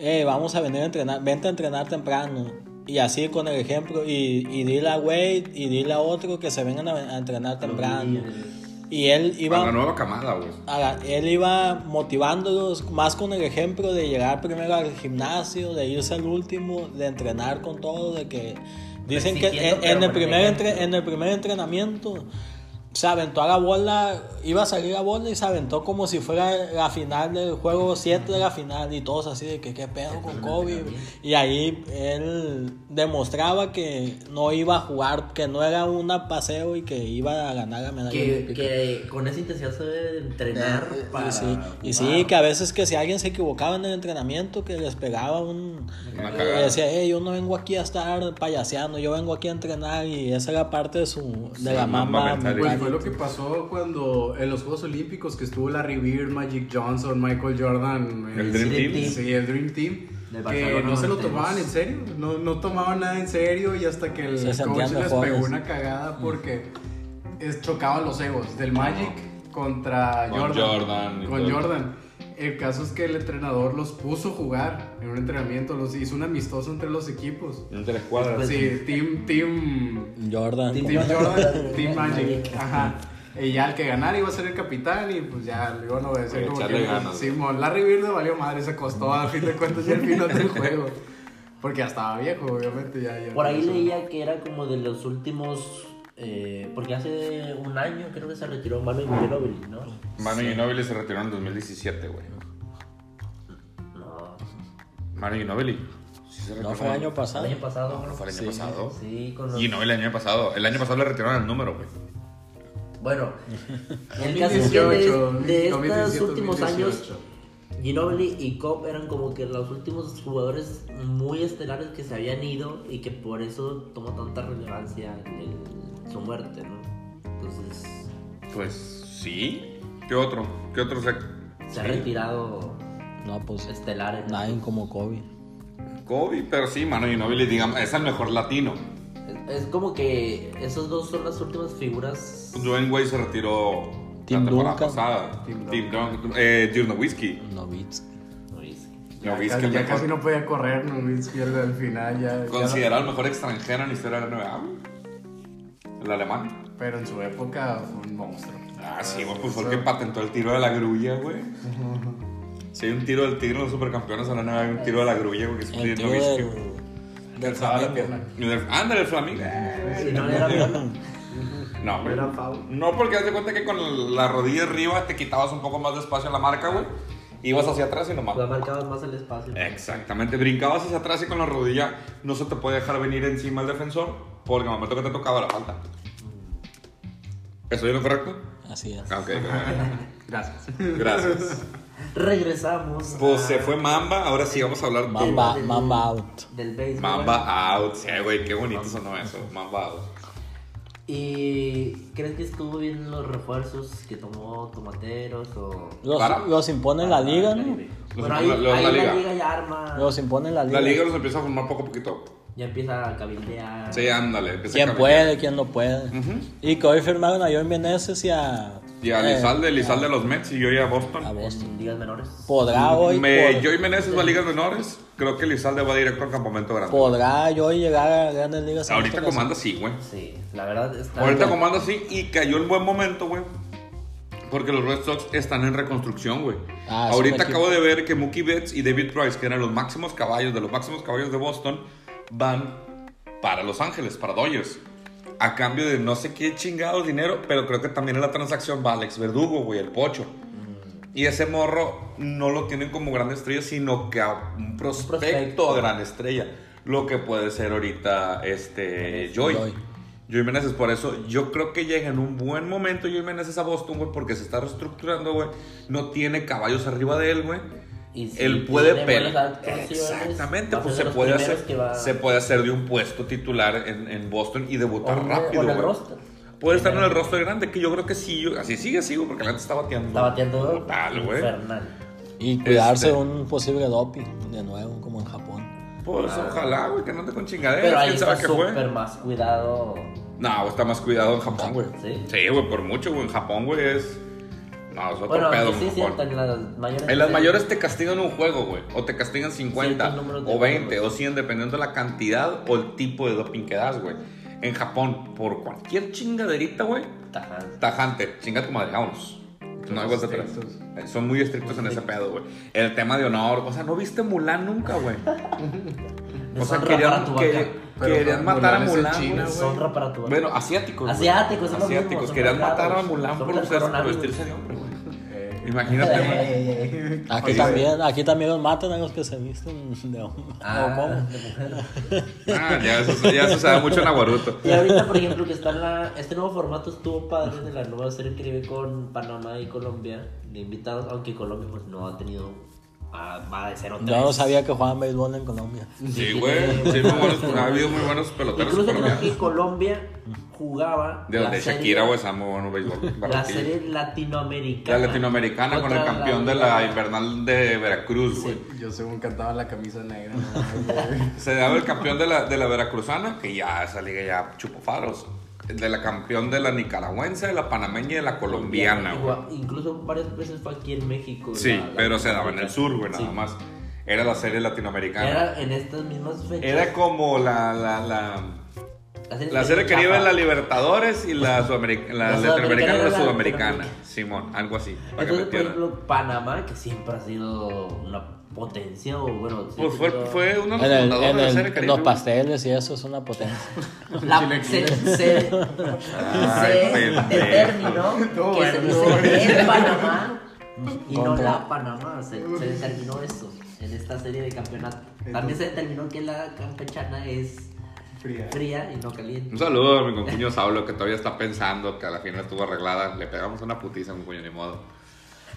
Speaker 4: eh, vamos a venir a entrenar, vente a entrenar temprano. Y así con el ejemplo, y, y dile a Wade y dile a otro que se vengan a, a entrenar temprano.
Speaker 3: niños.
Speaker 4: Y él
Speaker 1: Para la
Speaker 4: iba,
Speaker 1: nueva camada, güey.
Speaker 4: a- él iba motivándolos más con el ejemplo de llegar primero al gimnasio, de irse al último, de entrenar con todo, de que dicen que
Speaker 3: Exigiendo,
Speaker 4: en,
Speaker 3: pero
Speaker 4: en
Speaker 3: con
Speaker 4: el
Speaker 3: el
Speaker 4: primer
Speaker 3: ejemplo.
Speaker 4: entre- en el primer entrenamiento se aventó a la bola, iba a salir a bola y se aventó como si fuera la final del juego 7 de la final y todos así de que qué pedo con Kobe. Y ahí él demostraba que no iba a jugar, que no era un paseo y que iba a ganar la medalla.
Speaker 3: Que,
Speaker 4: olímpica.
Speaker 3: que con esa intensidad se debe de entrenar
Speaker 4: Eh,
Speaker 3: para.
Speaker 4: y sí, y sí,
Speaker 3: jugar.
Speaker 4: que a veces que si alguien se equivocaba en el entrenamiento, que les pegaba un...
Speaker 1: Una
Speaker 4: eh,
Speaker 1: cagada.
Speaker 4: decía, "Ey, yo no vengo aquí a estar payaseando, yo vengo aquí a entrenar y esa era parte de su... de la
Speaker 1: mamá
Speaker 4: mamá.
Speaker 1: mentality.
Speaker 4: mentality.
Speaker 2: Güey, Pues fue lo que pasó cuando en los Juegos Olímpicos que estuvo Larry Bird, Magic Johnson, Michael Jordan.
Speaker 1: El
Speaker 2: eh,
Speaker 1: Dream Team.
Speaker 3: Dream Team.
Speaker 2: Sí, el Dream Team. Que
Speaker 3: Del Barcelona
Speaker 2: no se lo
Speaker 3: 92.
Speaker 2: tomaban en serio, no, no tomaban nada en serio y hasta que el
Speaker 4: Se sentían
Speaker 2: coach les
Speaker 4: mejores. Mm.
Speaker 2: pegó una cagada porque es- chocaban los egos del Magic contra
Speaker 1: Con
Speaker 2: Jordan.
Speaker 1: Jordan y
Speaker 2: Con
Speaker 1: todo.
Speaker 2: Jordan. El caso es que el entrenador los puso a jugar en un entrenamiento, los hizo un amistoso entre los equipos.
Speaker 1: Entre las cuadras.
Speaker 3: Pues
Speaker 2: Sí, Team, team
Speaker 4: Jordan.
Speaker 3: Team
Speaker 4: como-
Speaker 2: Team Jordan, Team Magic. Ajá. Y ya el que ganara iba a ser el capitán y pues ya le iban a obedecer
Speaker 1: Oye,
Speaker 2: como
Speaker 1: echarle
Speaker 2: que
Speaker 1: ganas.
Speaker 2: Simón, Larry Bird le valió madre, se costó al fin de cuentas ya el final del juego. Porque ya estaba viejo, obviamente, ya, ya
Speaker 3: Por ahí
Speaker 2: no-
Speaker 3: leía que era como de los últimos. eh, porque hace un año creo que se retiró Manu Ginóbili, ¿no?
Speaker 1: Manu Ginobili se retiró en 2017, güey.
Speaker 3: No.
Speaker 1: Manu Ginobili. Sí se
Speaker 4: No
Speaker 1: retiró.
Speaker 4: fue el año pasado.
Speaker 3: El año pasado,
Speaker 1: No,
Speaker 3: ¿no?
Speaker 1: fue el año
Speaker 4: Sí.
Speaker 1: pasado.
Speaker 3: Sí, con los-
Speaker 1: Ginobili el año pasado. El año pasado le retiraron el número, güey.
Speaker 3: Bueno, el caso es que de,
Speaker 2: 2018,
Speaker 3: de estos
Speaker 2: 2017,
Speaker 3: últimos
Speaker 2: 2018.
Speaker 3: años, Ginobili y Cobb eran como que los últimos jugadores muy estelares que se habían ido y que por eso tomó tanta relevancia el- su muerte, ¿no? Entonces,
Speaker 1: Pues sí. ¿Qué otro? ¿Qué otro se,
Speaker 3: se ha retirado
Speaker 4: No, pues
Speaker 3: estelares. ¿no?
Speaker 4: nadie como Kobe.
Speaker 1: Kobe, pero sí, Manu Ginobili, digamos, es el mejor latino.
Speaker 3: Es, es como que esos dos son las últimas figuras.
Speaker 1: Dwayne Wade se retiró
Speaker 4: Tim
Speaker 1: la temporada
Speaker 4: Duncan.
Speaker 1: pasada.
Speaker 2: Tim
Speaker 1: Tim Duncan. Eh, Dirno Whiskey.
Speaker 4: Novitsky.
Speaker 3: ¿no? Y es-
Speaker 1: No,
Speaker 2: Ya,
Speaker 1: Whiskey
Speaker 2: casi,
Speaker 1: el
Speaker 2: ya
Speaker 1: mejor-
Speaker 2: casi no podía correr, no vi izquierda al final ya. ya-
Speaker 1: Considerado el mejor extranjero en la historia de la NBA. güey. El alemán.
Speaker 2: pero en su época fue un monstruo.
Speaker 1: Ah, sí, güey, pues fue el que patentó el tiro de la grulla, güey. Si hay un tiro del tigre en los supercampeones de la NBA, hay un tiro de la grulla, güey, que es un
Speaker 4: El
Speaker 1: tiro
Speaker 4: tío
Speaker 1: de
Speaker 4: del,
Speaker 1: Nowitzki, güey.
Speaker 4: del
Speaker 2: Estaba la
Speaker 4: Flamengo.
Speaker 2: pierna.
Speaker 1: Y del- Ándale, el flamingo.
Speaker 3: Si no era
Speaker 1: No, güey.
Speaker 2: Eh, Era foul.
Speaker 1: No, porque haz de cuenta que con la rodilla arriba te quitabas un poco más de espacio en la marca, güey. Ibas hacia atrás y nomás.
Speaker 3: la marcabas más el espacio.
Speaker 1: Eh. Exactamente, brincabas hacia atrás y con la rodilla no se te puede dejar venir encima el defensor porque al momento que te tocaba la falta. ¿Estoy en lo correcto?
Speaker 4: Así es.
Speaker 1: Ah, Ok, ok.
Speaker 2: Gracias.
Speaker 1: gracias.
Speaker 3: Regresamos.
Speaker 1: Pues
Speaker 3: a-
Speaker 1: se fue Mamba, ahora sí vamos a hablar de
Speaker 4: Mamba, Mamba out.
Speaker 3: del béisbol.
Speaker 1: Mamba out. Sí, güey, qué bonito sonó eso. Mamba out.
Speaker 3: ¿Y crees que estuvo bien los refuerzos que tomó Tomateros o...?
Speaker 1: Para.
Speaker 4: Los, los impone la liga, ¿no?
Speaker 3: Bueno, ahí,
Speaker 1: Los- los-
Speaker 3: ahí
Speaker 1: la
Speaker 3: la,
Speaker 1: liga.
Speaker 3: liga. ya arma,
Speaker 4: Los impone la liga.
Speaker 1: La liga los empieza a formar poco a poquito.
Speaker 3: ya empieza a cabildear.
Speaker 1: Sí, ándale. empieza a
Speaker 4: ¿Quién
Speaker 1: caminar.
Speaker 4: puede? ¿Quién no puede?
Speaker 1: Ujú.
Speaker 4: Y que hoy firmaron a Joey Meneses y a.
Speaker 1: Y a
Speaker 4: eh,
Speaker 1: Lizalde, Lizalde a los Mets y yo ya a Boston.
Speaker 4: a Boston.
Speaker 3: este, en ligas menores.
Speaker 4: ¿Podrá hoy.
Speaker 1: Mm, Me,
Speaker 4: pod-
Speaker 1: Joey Meneses va a ligas menores. Creo que Lizalde va directo al campamento grande.
Speaker 4: ¿Podrá Joey llegar a grandes ligas? en
Speaker 1: Ahorita
Speaker 4: esta ocasión?
Speaker 1: comanda sí, güey.
Speaker 3: Sí, la verdad está...
Speaker 1: Ahorita comanda sí y cayó en buen momento, güey. Porque los Red Sox están en reconstrucción, güey.
Speaker 4: Ah, es
Speaker 1: Ahorita
Speaker 4: un
Speaker 1: acabo de ver que Mookie Betts y David Price, que eran los máximos caballos de los máximos caballos de Boston, van para Los Ángeles, para Dodgers. A cambio de no sé qué chingado dinero, pero creo que también en la transacción va Alex Verdugo, güey, el pocho. Y ese morro no lo tienen como gran estrella, sino que a un prospecto,
Speaker 3: prospecto.
Speaker 1: a gran estrella. Lo que puede ser ahorita este Joy.
Speaker 4: Joy.
Speaker 1: Joy Meneses, por eso yo creo que llega en un buen momento Joy Meneses a Boston, güey, porque se está reestructurando, güey. No tiene caballos arriba de él, güey.
Speaker 3: Y si
Speaker 1: él puede
Speaker 3: tiene
Speaker 1: pele-
Speaker 3: buenas actuaciones,
Speaker 1: Exactamente,
Speaker 3: va a
Speaker 1: pues se
Speaker 3: ser de los
Speaker 1: puede,
Speaker 3: primeros
Speaker 1: hacer,
Speaker 3: que va-
Speaker 1: se puede hacer de un puesto titular en, en Boston y debutar
Speaker 3: o en-
Speaker 1: rápido.
Speaker 3: o en el
Speaker 1: güey.
Speaker 3: roster.
Speaker 1: Puede estar en el roster grande, que yo creo que sí, yo- así sigue, sigo, porque la gente está bateando.
Speaker 3: Está bateando
Speaker 1: Brutal, güey.
Speaker 3: infernal.
Speaker 4: Y cuidarse
Speaker 1: Este.
Speaker 4: de un posible doping, de nuevo, como en Japón.
Speaker 1: Pues ojalá, güey, que no ande con chingaderas.
Speaker 3: Ah. Pero ahí
Speaker 1: ¿Quién sabe
Speaker 3: está
Speaker 1: qué fue?
Speaker 3: súper más cuidado.
Speaker 1: No, güey, está más cuidado en Japón, güey.
Speaker 3: ¿Sí?
Speaker 1: Sí, güey, por mucho, güey. En Japón, güey, es. No, es otro
Speaker 3: Bueno,
Speaker 1: pedo.
Speaker 3: sí,
Speaker 1: en
Speaker 3: sí,
Speaker 1: Japón.
Speaker 3: cierto, en las mayores...
Speaker 1: En las mayores te castigan un juego, güey. O te castigan 50,
Speaker 3: Cierto número de
Speaker 1: o 20,
Speaker 3: juegos.
Speaker 1: o 100, dependiendo de la cantidad o el tipo de doping que das, güey. en Japón por cualquier chingaderita, güey,
Speaker 3: Tajante.
Speaker 1: tajante, chinga tu madre, vámonos. No hay vuelta atrás. Eh, Son muy estrictos en ese pedo, güey. El tema de honor, o sea, no viste Mulan nunca, güey. O sea,
Speaker 3: Deshonra para
Speaker 1: querían,
Speaker 3: tu
Speaker 1: que-
Speaker 3: vaca.
Speaker 2: Pero
Speaker 1: querían
Speaker 2: Mulan
Speaker 1: matar a
Speaker 2: es en
Speaker 1: Mulan.
Speaker 2: China,
Speaker 1: güey.
Speaker 2: güey.
Speaker 3: Deshonra para tu vaca.
Speaker 1: Bueno, asiáticos. güey.
Speaker 3: Asiáticos, es lo mismo,
Speaker 1: Asiáticos.
Speaker 3: son
Speaker 1: Querían
Speaker 3: mercados,
Speaker 1: matar a Mulán
Speaker 3: son
Speaker 1: por ser- por
Speaker 3: personajes.
Speaker 1: vestirse de hombre, güey.
Speaker 2: Eh,
Speaker 1: Imagínate, güey.
Speaker 4: Aquí
Speaker 1: Oye,
Speaker 4: también, aquí también los matan a los que se visten de hombre.
Speaker 3: Ah,
Speaker 4: ¿O cómo?
Speaker 3: de mujer.
Speaker 1: Ah, ya eso, ya eso se da mucho en Aguaruto.
Speaker 3: Y ahorita, por ejemplo, que está la- este nuevo formato estuvo padre de la nueva serie que vive con Panamá y Colombia, de invitados, aunque Colombia pues no ha tenido, ah, va de cero
Speaker 4: Yo no sabía que jugaban béisbol en Colombia.
Speaker 1: Sí, güey. Sí, muy buenos, ha habido muy buenos peloteros
Speaker 3: Incluso creo
Speaker 1: colombianos.
Speaker 3: que Colombia jugaba
Speaker 1: De donde Shakira, güey, está muy bueno béisbol.
Speaker 3: la
Speaker 1: Barranquilla.
Speaker 3: serie latinoamericana.
Speaker 1: La latinoamericana con el
Speaker 3: Contra
Speaker 1: campeón de la invernal de Veracruz, güey.
Speaker 2: Yo según cantaba la camisa negra. ¿no? güey.
Speaker 1: Se daba el campeón de la, de la veracruzana, que ya esa liga ya chupó faros. El de la campeón de la nicaragüense, de la panameña y de la colombiana, güey.
Speaker 3: Igual- Incluso varias veces fue aquí en México.
Speaker 1: Sí,
Speaker 3: pues, la- la-
Speaker 1: pero se daba en el sur, güey, nada
Speaker 3: Sí.
Speaker 1: más. Era la serie latinoamericana.
Speaker 3: Era en estas mismas fechas.
Speaker 1: Era como la, la, la, la
Speaker 3: de
Speaker 1: serie que iba en
Speaker 3: Chafa.
Speaker 1: la Libertadores y la, Sudameric- la,
Speaker 3: La
Speaker 1: Latinoamericana y
Speaker 3: Sudamericana
Speaker 1: la
Speaker 3: era la
Speaker 1: Sudamericana.
Speaker 3: Latinoamericana.
Speaker 1: Simón, algo así. Para que me
Speaker 3: Entonces, pues, por
Speaker 1: entiendan.
Speaker 3: ejemplo, Panamá, que siempre ha sido una potencia, o bueno,
Speaker 1: Pues
Speaker 3: siempre
Speaker 1: fue,
Speaker 3: ha sido-
Speaker 1: fue uno de
Speaker 4: En,
Speaker 1: los
Speaker 4: el-
Speaker 1: fundadores
Speaker 4: en
Speaker 1: de la
Speaker 4: el-
Speaker 1: serie Caribe.
Speaker 4: los
Speaker 1: güey.
Speaker 4: pasteles y eso es una potencia.
Speaker 3: la se, se,
Speaker 1: Ay, pues,
Speaker 3: se
Speaker 1: pendejo.
Speaker 3: determinó
Speaker 2: Estuvo
Speaker 3: que se
Speaker 2: bueno, estuvo
Speaker 3: hizo
Speaker 2: bueno.
Speaker 3: en Panamá y no
Speaker 4: Contra.
Speaker 3: la Panamá, se, se determinó eso en esta serie de campeonato. También se determinó que la campechana es
Speaker 2: Fría.
Speaker 3: fría y no caliente.
Speaker 1: Un saludo a mi concuño Saulo, que todavía está pensando que a la final estuvo arreglada. Le pegamos una putiza, concuño, ni modo.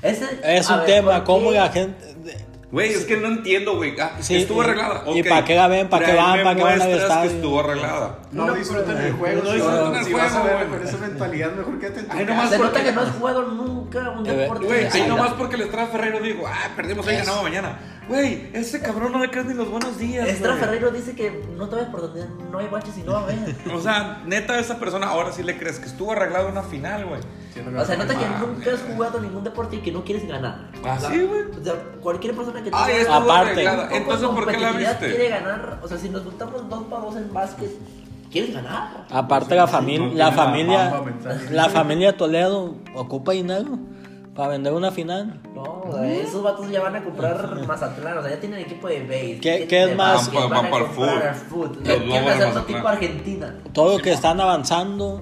Speaker 3: Ese,
Speaker 4: Es
Speaker 3: a
Speaker 4: un
Speaker 3: ver,
Speaker 4: tema,
Speaker 3: ¿por
Speaker 4: ¿cómo
Speaker 3: qué?
Speaker 4: la gente...? de-
Speaker 1: Güey, es que no entiendo, güey. Ah,
Speaker 4: Sí,
Speaker 1: estuvo
Speaker 4: y-
Speaker 1: arreglada.
Speaker 4: ¿y
Speaker 1: ok.
Speaker 4: pa' qué la ven? ¿Pa' qué van?
Speaker 1: Tráeme
Speaker 4: ¿Pa' qué van al
Speaker 1: muestras que
Speaker 4: estadio?
Speaker 1: estuvo arreglada.
Speaker 2: No disfrutan el juego.
Speaker 1: No
Speaker 2: si
Speaker 1: disfrutan
Speaker 2: vas-
Speaker 1: el
Speaker 2: si vas a
Speaker 1: juego,
Speaker 2: verlo
Speaker 1: güey.
Speaker 2: con esa mentalidad, mejor quédate en tu
Speaker 1: Ay, no
Speaker 2: casa.
Speaker 1: más
Speaker 3: Se
Speaker 1: porque-
Speaker 3: nota que no has jugado nunca un
Speaker 4: Eh, güey,
Speaker 3: deporte.
Speaker 1: Güey,
Speaker 3: de
Speaker 1: ahí
Speaker 3: alta.
Speaker 1: nomás porque le trae Ferrero digo, ah, perdimos hoy, ganamos mañana. Güey, ese cabrón no le crees ni los buenos días.
Speaker 3: Estrada
Speaker 1: güey.
Speaker 3: Ferrero dice que no te ves por donde no hay baches y no va a haber.
Speaker 1: O sea, neta, esa persona ahora sí le crees que estuvo arreglado una final, güey.
Speaker 3: O sea, nota que nunca has jugado ningún deporte y que no quieres ganar.
Speaker 1: Ah,
Speaker 3: O sea,
Speaker 1: sí, güey.
Speaker 3: O sea, cualquier persona que
Speaker 1: Ay,
Speaker 3: tenga
Speaker 1: estuvo
Speaker 4: Aparte.
Speaker 1: arreglada.
Speaker 3: poco de
Speaker 1: Entonces, ¿por qué la
Speaker 3: competitividad quiere
Speaker 1: viste?
Speaker 3: ganar. O sea, si nos juntamos dos para dos en básquet, ¿quieres ganar?
Speaker 4: Aparte la, familia,
Speaker 2: no
Speaker 4: la
Speaker 2: tiene la
Speaker 4: familia,
Speaker 2: bamba mental.
Speaker 4: la familia Toledo ocupa dinero para vender una final.
Speaker 3: No, o sea,
Speaker 4: ¿Eh?
Speaker 3: esos vatos ya van a comprar Mazatlán, o sea, ya tienen equipo de base.
Speaker 4: ¿Qué-
Speaker 3: tienen
Speaker 4: qué es
Speaker 3: de
Speaker 4: más?
Speaker 3: básquet,
Speaker 1: Van pa-
Speaker 3: Van, a
Speaker 1: van pa'l fútbol.
Speaker 3: comprar fútbol.
Speaker 1: Los
Speaker 3: ¿Qué- ¿Qué
Speaker 1: Lobos de
Speaker 3: hacer otro
Speaker 1: Mazatlán.
Speaker 3: tipo Argentina?
Speaker 4: Todo lo
Speaker 1: Sí,
Speaker 4: que
Speaker 1: mo.
Speaker 4: están avanzando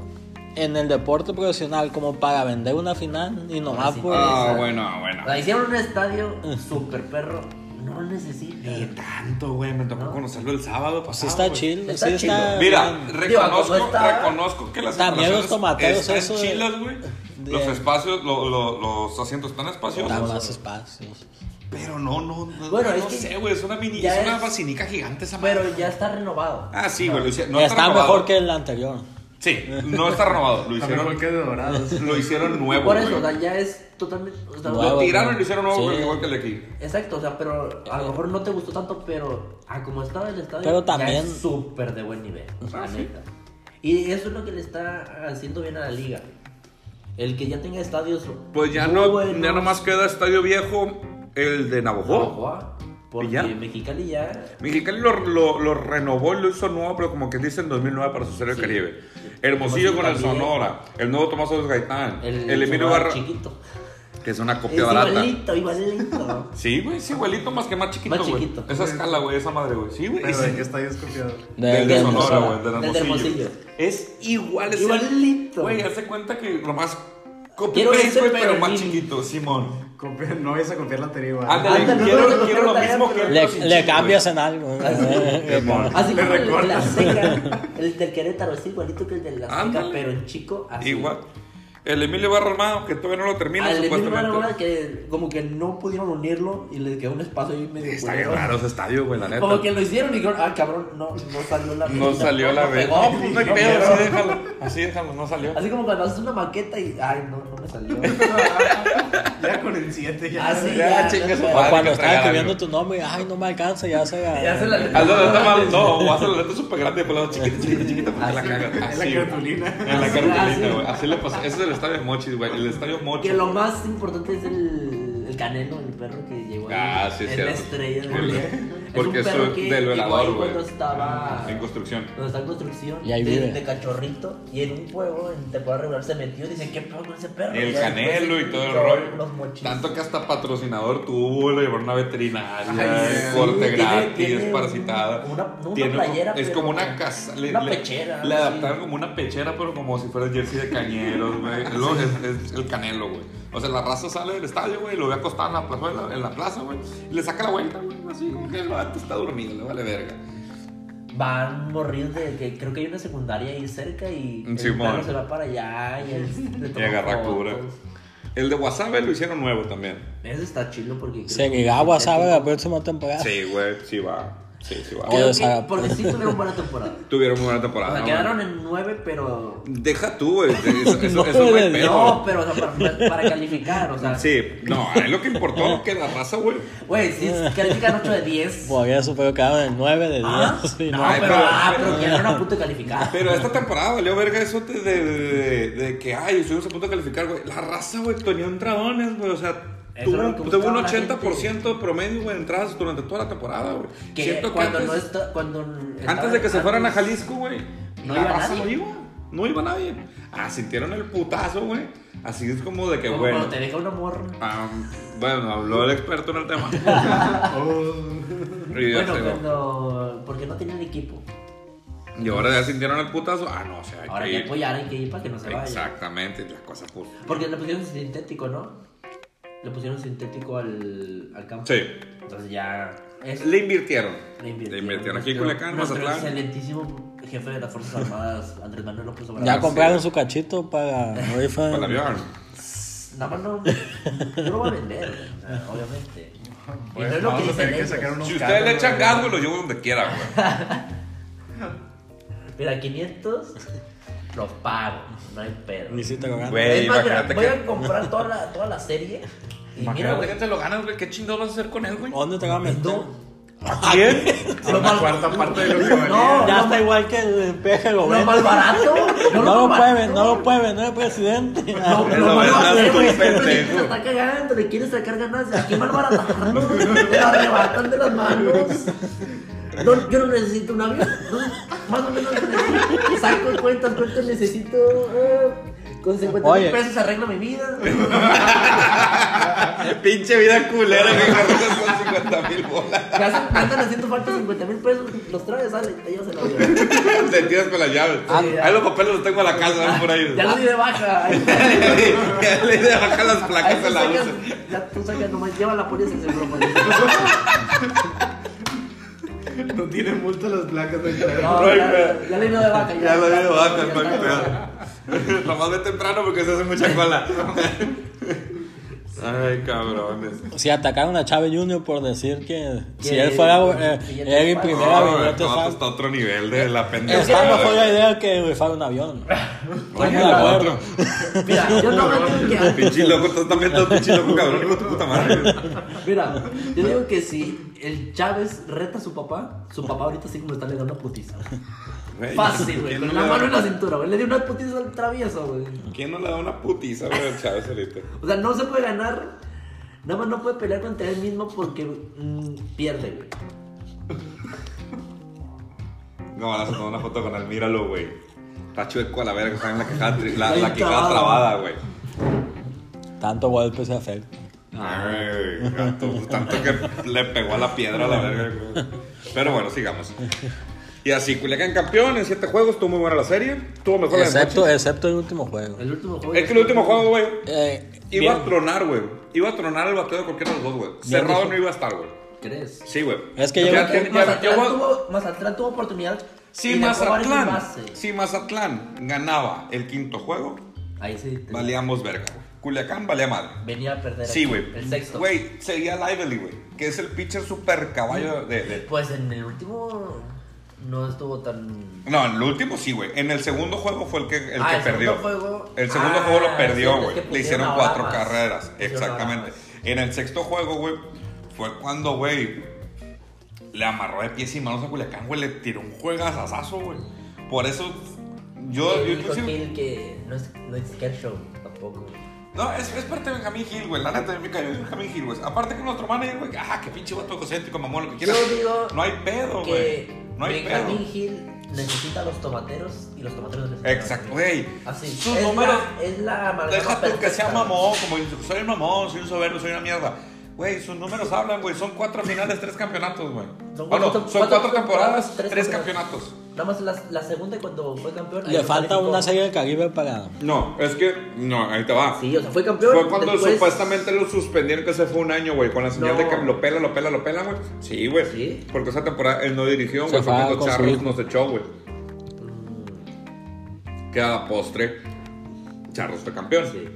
Speaker 4: en el deporte profesional como para vender una final y
Speaker 3: Ahora
Speaker 4: nomás
Speaker 3: sí.
Speaker 4: por...
Speaker 1: Ah,
Speaker 3: Esa.
Speaker 1: bueno, bueno.
Speaker 3: O sea, hicieron un estadio super perro, no lo
Speaker 1: Ni
Speaker 3: necesitan.
Speaker 1: tanto, güey. Me tocó conocerlo el sábado. Pues
Speaker 4: Pues sí está chill,
Speaker 3: Ah, está
Speaker 4: sí está...
Speaker 3: chido.
Speaker 1: Mira, reconozco,
Speaker 3: como está-
Speaker 1: reconozco que las
Speaker 4: También los
Speaker 1: instalaciones
Speaker 4: tomateros,
Speaker 1: están
Speaker 4: eso de-
Speaker 1: chilas, güey.
Speaker 4: de-
Speaker 1: Los espacios, lo- lo- los asientos están
Speaker 4: Da
Speaker 1: espaciosos.
Speaker 4: más espacios.
Speaker 1: Pero no, no, no,
Speaker 3: Bueno,
Speaker 1: no
Speaker 3: es que
Speaker 1: sé, güey. Es una mini,
Speaker 3: ya
Speaker 1: es una
Speaker 3: es-
Speaker 1: vacinica gigante esa madre.
Speaker 3: Pero ya está renovado.
Speaker 1: Ah, sí, güey. Lucía, No
Speaker 4: está
Speaker 1: renovado.
Speaker 4: mejor que el anterior.
Speaker 1: Sí, no está renovado. Lo
Speaker 2: También
Speaker 1: hicieron,
Speaker 2: porque es de dorados.
Speaker 1: lo hicieron nuevo,
Speaker 3: Por eso, o sea,
Speaker 1: güey.
Speaker 3: ya es totalmente. o sea,
Speaker 4: Nuevo.
Speaker 1: Lo tiraron y lo hicieron nuevo,
Speaker 4: Sí.
Speaker 1: güey, igual que el de aquí.
Speaker 3: Exacto, o sea, pero a lo mejor no te gustó tanto, pero a como estaba el estadio,
Speaker 4: Pero
Speaker 3: ya
Speaker 4: también-
Speaker 3: es súper de buen nivel, la
Speaker 1: Ah, sí.
Speaker 3: neta. Y eso es lo que le está haciendo bien a la liga. El que ya tenga estadios.
Speaker 1: Pues ya
Speaker 3: muy
Speaker 1: no,
Speaker 3: buenos,
Speaker 1: ya nomás queda Estadio Viejo, el de Navajo.
Speaker 3: Guanajuato, Porque
Speaker 1: ¿Y ya?
Speaker 3: Mexicali ya.
Speaker 1: Mexicali lo, lo- lo renovó y lo hizo nuevo, pero como que dice en 2009 para su serie
Speaker 3: Sí.
Speaker 1: Caribe. Hermosillo
Speaker 3: Hermosillo
Speaker 1: con el
Speaker 3: también.
Speaker 1: Sonora, el nuevo Tomás Ores Gaitán, el, Emilio
Speaker 3: Sonora
Speaker 1: Barra,
Speaker 3: chiquito.
Speaker 1: que es una copia
Speaker 3: Es
Speaker 1: barata.
Speaker 3: igualito, igualito.
Speaker 1: Sí, güey, sí, igualito, más que más chiquito,
Speaker 3: Más
Speaker 1: güey.
Speaker 3: chiquito.
Speaker 1: Esa escala, güey, esa madre, güey. Sí, güey. y
Speaker 2: Pero
Speaker 1: sí,
Speaker 2: de que está ahí escopiado.
Speaker 4: De-
Speaker 1: del de
Speaker 4: de-
Speaker 1: Sonora, güey, del
Speaker 3: Del
Speaker 1: Hermosillo.
Speaker 3: de Hermosillo.
Speaker 1: Es igual, es
Speaker 3: Igualito.
Speaker 1: Güey, hace cuenta que nomás copia
Speaker 3: Quiero ese
Speaker 1: güey, pero
Speaker 3: perfil.
Speaker 1: más chiquito, Simón.
Speaker 2: Copia- no vayas a copiar la anteriga. güey.
Speaker 1: Ándale,
Speaker 3: Ándale,
Speaker 1: quiero,
Speaker 3: no, no,
Speaker 1: quiero
Speaker 3: no,
Speaker 1: lo
Speaker 3: no,
Speaker 1: mismo
Speaker 3: no,
Speaker 1: que
Speaker 3: no,
Speaker 4: Le,
Speaker 1: otros
Speaker 4: le
Speaker 1: hinchas,
Speaker 4: cambias
Speaker 1: güey.
Speaker 4: en algo.
Speaker 1: Simón.
Speaker 3: Así
Speaker 2: Le
Speaker 3: como el de
Speaker 2: recortas.
Speaker 3: la Azteca, el del Querétaro es igualito que el de la Azteca,
Speaker 1: Ándale.
Speaker 3: pero en chico así.
Speaker 1: Ah, Igual. El Emilio Barra Armado, que todavía no lo termina,
Speaker 3: Al Emilio
Speaker 1: supuestamente.
Speaker 3: Barahona que como que no pudieron unirlo y les quedó un espacio ahí medio
Speaker 1: Está bien
Speaker 3: culero.
Speaker 1: raro ese estadio, güey, la neta.
Speaker 3: Como que lo hicieron y dijeron, ah, cabrón, no, no salió la
Speaker 1: No salió la vez.
Speaker 3: pegó.
Speaker 1: No, pues no hay pedo, así déjalo. Así déjalo, no salió.
Speaker 3: Así como cuando haces una maqueta y, ay, no, no me salió.
Speaker 2: ya con el 7 ya.
Speaker 3: Ah, sí,
Speaker 1: Ya,
Speaker 3: ya,
Speaker 1: chinga
Speaker 3: no
Speaker 1: su
Speaker 3: sé.
Speaker 1: madre.
Speaker 4: O cuando
Speaker 1: que
Speaker 4: estás
Speaker 1: traigan
Speaker 4: escribiendo
Speaker 1: algo.
Speaker 4: tu nombre, ay, no me alcanza, ya se la...
Speaker 3: Ya se la-
Speaker 1: Haz la letra mal, no, o haz la letra súper grande y después la chiquita, chiquita, chiquita, porque la cagas.
Speaker 2: Es la
Speaker 1: Así, güey.
Speaker 2: cartulina.
Speaker 1: En la
Speaker 3: Así,
Speaker 1: cartulina,
Speaker 3: así.
Speaker 1: güey. Así le pasa. Ese es el estadio Mochis, güey. El estadio Mochis.
Speaker 3: Que lo más importante es el, el canelo, el perro que llegó ahí.
Speaker 1: Ah, sí, es
Speaker 3: es la
Speaker 1: cierto.
Speaker 3: estrella del
Speaker 1: El-
Speaker 3: mundial.
Speaker 1: Porque
Speaker 3: es un
Speaker 1: es
Speaker 3: perro
Speaker 1: un-
Speaker 3: que
Speaker 1: del
Speaker 3: llegó
Speaker 1: velador,
Speaker 3: ahí
Speaker 1: güey.
Speaker 3: cuando estaba
Speaker 1: En construcción.
Speaker 3: donde está en construcción
Speaker 4: Y ahí
Speaker 3: de,
Speaker 4: vive.
Speaker 3: de cachorrito y en un juego en temporada regular se metió y dice qué pedo con ese perro
Speaker 1: El
Speaker 3: Ya después
Speaker 1: canelo
Speaker 3: se
Speaker 1: y todo el
Speaker 3: quitó
Speaker 1: rollo.
Speaker 3: los mochis.
Speaker 1: Tanto que hasta patrocinador tuvo, lo llevaron a veterinaria,
Speaker 2: Ay, sí.
Speaker 1: corte
Speaker 3: Tiene-
Speaker 1: gratis,
Speaker 3: tiene
Speaker 1: parasitada.
Speaker 3: una- no una
Speaker 1: Tiene-
Speaker 3: playera,
Speaker 1: es
Speaker 3: pero
Speaker 1: como una casa.
Speaker 3: una pechera,
Speaker 1: Le
Speaker 3: sí.
Speaker 1: adaptaron como una pechera, pero como si fuera el jersey de cañeros, güey. Es lo- es, es el canelo, güey. O sea, la raza sale del estadio, güey, lo ve acostado en la plazuela- en la plaza, güey. Y le saca la vuelta, güey. Así como que el vato está dormido, le vale verga.
Speaker 3: van morridos de que creo que hay una secundaria ahí cerca y el
Speaker 1: Simón.
Speaker 3: perro se va para allá y, él le
Speaker 1: Y
Speaker 3: toma
Speaker 1: agarra
Speaker 3: fotos.
Speaker 1: cura. El de Wasabe lo hicieron nuevo también.
Speaker 3: Eso está chilo porque.
Speaker 4: Se negaba, ¿sabes? La próxima
Speaker 3: Ah.
Speaker 4: temporada.
Speaker 1: Sí, güey, sí va. Sí, sí va.
Speaker 4: Creo
Speaker 3: Creo
Speaker 4: o sea,
Speaker 3: que- porque sí tuvieron buena temporada.
Speaker 1: Tuvieron muy buena
Speaker 3: O
Speaker 1: temporada.
Speaker 3: sea,
Speaker 1: Ah, ¿no?
Speaker 3: quedaron en 9, pero.
Speaker 1: Deja tú, güey. Eso, eso,
Speaker 4: No,
Speaker 1: eso fue el
Speaker 4: güey,
Speaker 1: pedo.
Speaker 3: No, pero o sea, para, para calificar, o sea.
Speaker 1: Sí, no, a él lo que importó es que la raza, güey.
Speaker 3: Güey, si califican 8 de 10.
Speaker 4: Por eso, pero quedaron en 9 de 10.
Speaker 3: Ah,
Speaker 4: sí,
Speaker 3: no,
Speaker 4: no.
Speaker 1: Ay,
Speaker 3: pero,
Speaker 1: pero-
Speaker 3: ah, pero quedaron a punto de calificar.
Speaker 1: Pero esta temporada valió verga eso de, de, de- de que, ay, estuvimos a punto de calificar, güey. La raza, güey, tenía un dragones, güey. O sea,
Speaker 3: Eso
Speaker 1: tuvo,
Speaker 3: era lo que
Speaker 1: tuvo
Speaker 3: buscaba
Speaker 1: un
Speaker 3: la
Speaker 1: 80% de promedio, güey, de entradas durante toda la temporada, güey.
Speaker 3: Que
Speaker 1: Siento que
Speaker 3: cuando
Speaker 1: antes,
Speaker 3: no está. Cuando
Speaker 1: antes de que se fueran a Jalisco, güey,
Speaker 3: no
Speaker 1: la
Speaker 3: iba
Speaker 1: raza
Speaker 3: nadie.
Speaker 1: no iba. No iba nadie. Ah, sintieron el putazo, güey. Así es como de que,
Speaker 3: Como
Speaker 1: bueno.
Speaker 3: Cuando te deja una morra.
Speaker 1: ah, bueno, habló el experto en el tema.
Speaker 2: Oh.
Speaker 1: Y ya
Speaker 3: Bueno,
Speaker 1: se va.
Speaker 3: cuando. Porque no tenían equipo.
Speaker 1: Y ahora ya sintieron el putazo. Ah, no, o sea, hay
Speaker 3: Ahora
Speaker 1: que
Speaker 3: hay
Speaker 1: ir.
Speaker 3: que apoyar, hay que ir para que no se vaya.
Speaker 1: Exactamente, la cosa puta.
Speaker 3: Porque le pusieron sintético, ¿no? Le pusieron sintético al, al campo.
Speaker 1: Sí.
Speaker 3: Entonces ya. Es,
Speaker 1: Le invirtieron.
Speaker 3: le
Speaker 1: Le invirtieron. Aquí
Speaker 3: Nuestro-
Speaker 1: Culiacán,
Speaker 3: nuestro
Speaker 1: Mazatlán.
Speaker 3: excelentísimo jefe de las Fuerzas Armadas, Andrés Manuel López Obrador.
Speaker 4: Ya
Speaker 1: compré.
Speaker 4: compraron su cachito para rifa.
Speaker 1: Para el avión.
Speaker 3: Nada más no, no lo va a vender, o sea, obviamente. Y no es lo que
Speaker 2: Vamos a
Speaker 3: dicen
Speaker 2: tener que
Speaker 3: ellos.
Speaker 2: sacar unos
Speaker 1: Si ustedes le
Speaker 2: carros,
Speaker 1: echan
Speaker 2: güey.
Speaker 1: gas, güey, lo llevo donde quiera, güey.
Speaker 3: Mira, 500 los pago, no hay pedo.
Speaker 4: Ni si te lo ganas.
Speaker 1: Güey,
Speaker 3: es más, mira,
Speaker 1: imagínate
Speaker 3: voy
Speaker 1: que-
Speaker 3: a comprar toda la, toda la serie. Y mira,
Speaker 1: Imagínate
Speaker 3: güey,
Speaker 1: que te lo ganas, güey. ¿Qué chingado vas a hacer con él, güey?
Speaker 4: ¿Dónde te va a meter?
Speaker 3: no,
Speaker 1: ¿Quién?
Speaker 2: Una
Speaker 3: mal-
Speaker 2: cuarta parte de lo que valía.
Speaker 3: No,
Speaker 4: Ya
Speaker 3: no,
Speaker 4: está
Speaker 3: mal-
Speaker 4: igual que el peje lo
Speaker 3: no
Speaker 4: vende.
Speaker 3: mal barato.
Speaker 4: No
Speaker 3: mal
Speaker 4: lo puede,
Speaker 3: barato.
Speaker 4: ven- no lo puede vender, presidente.
Speaker 3: No,
Speaker 1: Eso
Speaker 3: pero no
Speaker 1: es
Speaker 3: lo va a hacer,
Speaker 1: tanto
Speaker 3: güey.
Speaker 1: pendejo.
Speaker 3: Se está cagando, le quiere sacar ganancias. Aquí mal baratarlo. Te lo arrebatan de las manos. No, yo no necesito un avión. No, Más o menos necesito. Saco cuentas, cuentas necesito. eh, con 50
Speaker 4: Oye.
Speaker 3: mil pesos arreglo mi vida.
Speaker 1: Pinche vida culera que cargas con 50 mil bolas.
Speaker 3: Me hacen cuentas, necesito falta 50 mil pesos. Los traes, sale, te llevas el avión.
Speaker 1: Te tiras con las llaves.
Speaker 3: Ah,
Speaker 1: Ahí los papeles los tengo a la casa, ven por ahí.
Speaker 3: Ya lo di de baja. Ahí está.
Speaker 1: Ya le bajan las
Speaker 3: Ahí
Speaker 1: placas
Speaker 3: tú
Speaker 1: de la
Speaker 3: sacas,
Speaker 1: usa.
Speaker 3: ya tú sacas nomás, lleva la policía se broma.
Speaker 2: No tienen multa las placas de
Speaker 3: No,
Speaker 1: Ay,
Speaker 3: ya,
Speaker 1: güey.
Speaker 3: ya le dio de baja.
Speaker 1: Ya lo digo, baja, no hay
Speaker 3: ya,
Speaker 1: pedo. Nomás ve temprano porque se hace mucha cola. Ay, cabrones.
Speaker 4: Si atacaron a Chávez Jr. por decir que si
Speaker 3: Que-
Speaker 4: él fuera eh,
Speaker 3: que ya te
Speaker 4: él en
Speaker 3: pago.
Speaker 4: primera
Speaker 1: No, güey,
Speaker 4: billete
Speaker 1: no,
Speaker 4: fan,
Speaker 1: hasta otro nivel de la pendeja.
Speaker 4: está mejor la idea que rifar un avión.
Speaker 1: Oye,
Speaker 4: Bueno,
Speaker 1: la
Speaker 4: la
Speaker 1: otro.
Speaker 3: Mira, yo no me tengo que
Speaker 1: Pinche loco, estás también todo pinche loco, cabrón, hijo de tu puta madre.
Speaker 3: Mira, yo digo que si el Chávez reta a su papá, su papá ahorita sí como está le da una putiza.
Speaker 1: Güey,
Speaker 3: Fácil, güey.
Speaker 1: ¿quién
Speaker 3: Con
Speaker 1: no
Speaker 3: la
Speaker 1: le da-
Speaker 3: mano en la cintura, güey. Le dio una putiza al travieso, güey.
Speaker 1: ¿Quién no le da una putiza, güey, al Chávez ahorita?
Speaker 3: O sea, no se puede ganar. Nada más no puede pelear contra él mismo porque mm, pierde, güey.
Speaker 1: No, van a tomar una foto con él, míralo, güey. Está chueco a la verga, está en la quejada, tri- la,
Speaker 3: Está
Speaker 1: la quijada
Speaker 3: hinchado.
Speaker 1: trabada, güey.
Speaker 4: Tanto golpe se afecta.
Speaker 1: Ay, gato, pues, tanto que le pegó a la piedra a la verga. güey. Pero bueno, sigamos. Y así, Culiacán campeón en 7 juegos, estuvo muy buena la serie, estuvo mejor la de
Speaker 4: Excepto,
Speaker 1: noche.
Speaker 4: excepto el último juego.
Speaker 3: El último juego.
Speaker 1: Es que el último juego, güey,
Speaker 4: Eh,
Speaker 1: iba
Speaker 4: bien.
Speaker 1: a tronar, güey. Iba a tronar el bateo de cualquiera de los dos, güey.
Speaker 4: Bien
Speaker 1: Cerrado
Speaker 4: dijo.
Speaker 1: no iba a estar, güey.
Speaker 3: ¿Crees?
Speaker 1: Sí, güey.
Speaker 4: Es que
Speaker 1: ya,
Speaker 4: lleva-
Speaker 1: tiene- ya-
Speaker 3: Mazatlán,
Speaker 1: ya-
Speaker 3: tuvo, Mazatlán tuvo oportunidad. y
Speaker 1: Si
Speaker 3: dejó varios
Speaker 1: Mazatlán,
Speaker 3: envases.
Speaker 1: si Mazatlán ganaba el quinto juego,
Speaker 3: Ahí sí. te-
Speaker 1: valíamos verga, güey. Culiacán valía madre.
Speaker 3: Venía a perder.
Speaker 1: Sí,
Speaker 3: aquí,
Speaker 1: güey.
Speaker 3: El sexto.
Speaker 1: Güey, seguía Lively, güey. Que es el pitcher super caballo de, de-
Speaker 3: Pues en el último no estuvo tan.
Speaker 1: No, en el último sí, güey. En el segundo juego fue el que, el
Speaker 3: Ah,
Speaker 1: que
Speaker 3: el
Speaker 1: perdió.
Speaker 3: segundo juego-
Speaker 1: El segundo
Speaker 3: Ah,
Speaker 1: juego lo
Speaker 3: sí,
Speaker 1: perdió,
Speaker 3: es
Speaker 1: güey.
Speaker 3: que
Speaker 1: Le
Speaker 3: pusieron
Speaker 1: hicieron
Speaker 3: a
Speaker 1: cuatro
Speaker 3: Bahamas.
Speaker 1: carreras.
Speaker 3: Pusieron a
Speaker 1: Exactamente. En el sexto juego, güey, fue cuando, güey, le amarró de pies y manos a Culiacán, güey. Le tiró un juegazazazo, güey. Por eso, yo,
Speaker 3: Y
Speaker 1: yo
Speaker 3: dijo
Speaker 1: inclusive-
Speaker 3: Gil que no es, no es sketch show tampoco.
Speaker 1: No, es, es parte de Benjamín Gil, güey. La neta, a mí me cayó bien Benjamín Gil, güey. Aparte que nuestro manager, güey, ah, qué pinche vato egocéntrico, mamón, lo que quieras.
Speaker 3: Yo digo
Speaker 1: no hay pedo, güey.
Speaker 3: que
Speaker 1: No hay
Speaker 3: Benjamín
Speaker 1: pedo.
Speaker 3: Gil necesita a los tomateros y los tomateros necesitan a
Speaker 1: Exacto,
Speaker 3: Benjamín.
Speaker 1: güey.
Speaker 3: Así.
Speaker 1: Sus
Speaker 3: es
Speaker 1: números.
Speaker 3: La, es la amalgama
Speaker 1: Deja tú que sea
Speaker 3: perfecta.
Speaker 1: mamón, como dice, soy un mamón, soy un soberbio, soy una mierda. Güey, sus números hablan, güey. Son cuatro finales, tres campeonatos, güey.
Speaker 3: Son
Speaker 1: Bueno,
Speaker 3: cuatro-
Speaker 1: son
Speaker 3: cuatro
Speaker 1: cuatro temporadas,
Speaker 3: temporadas,
Speaker 1: tres,
Speaker 3: tres
Speaker 1: campeonatos.
Speaker 3: campeonatos. Nada más la, la segunda y cuando fue campeón. ahí
Speaker 4: Le
Speaker 3: lo
Speaker 4: falta
Speaker 3: calificó.
Speaker 4: una serie del Caribe para.
Speaker 1: No, es que. No, ahí te va.
Speaker 3: Sí, o sea, fue campeón.
Speaker 1: Fue cuando
Speaker 3: después-
Speaker 1: supuestamente lo suspendieron, que se fue un año, güey, con la señal
Speaker 3: No.
Speaker 1: de que lo pela, lo pela, lo pela, güey. Sí, güey.
Speaker 3: Sí.
Speaker 1: Porque esa temporada él no dirigió,
Speaker 4: Se
Speaker 1: güey. Fue
Speaker 4: fue a
Speaker 1: cuando Charros
Speaker 4: consumir.
Speaker 1: nos echó, güey. Queda postre. Charros fue campeón.
Speaker 3: Sí.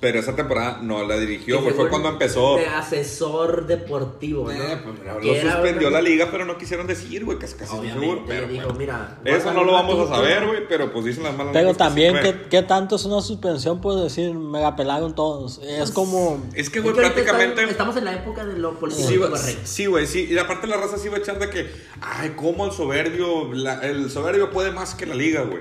Speaker 1: Pero esa temporada no la dirigió,
Speaker 3: Que
Speaker 1: güey. Fue
Speaker 3: un-
Speaker 1: cuando empezó.
Speaker 3: De asesor deportivo, ¿no?
Speaker 1: Eh, pues, mira,
Speaker 3: Que
Speaker 1: lo
Speaker 3: era
Speaker 1: suspendió
Speaker 3: una-
Speaker 1: la liga, pero no quisieron decir, güey, casi casi estoy seguro.
Speaker 3: Obviamente,
Speaker 1: Pero,
Speaker 3: le dijo,
Speaker 1: bueno.
Speaker 3: mira.
Speaker 1: Eso
Speaker 3: vas
Speaker 1: no lo
Speaker 3: ganar
Speaker 1: vamos
Speaker 3: tú,
Speaker 1: a saber, güey, pero pues dicen las malas
Speaker 4: Pero
Speaker 1: lenguas que
Speaker 4: también,
Speaker 1: sí, güey.
Speaker 4: ¿qué, qué tanto es una suspensión por decir me la pelaron todos? Es como.
Speaker 1: Es que,
Speaker 3: Es
Speaker 1: güey,
Speaker 3: que ahorita
Speaker 1: prácticamente.
Speaker 3: están- Estamos en la época de lo político
Speaker 1: Sí, güey,
Speaker 3: correcto.
Speaker 1: sí, güey, sí. Y aparte la raza sí va a echar de que, ay, cómo el soberbio, la- el soberbio puede más que la liga, güey.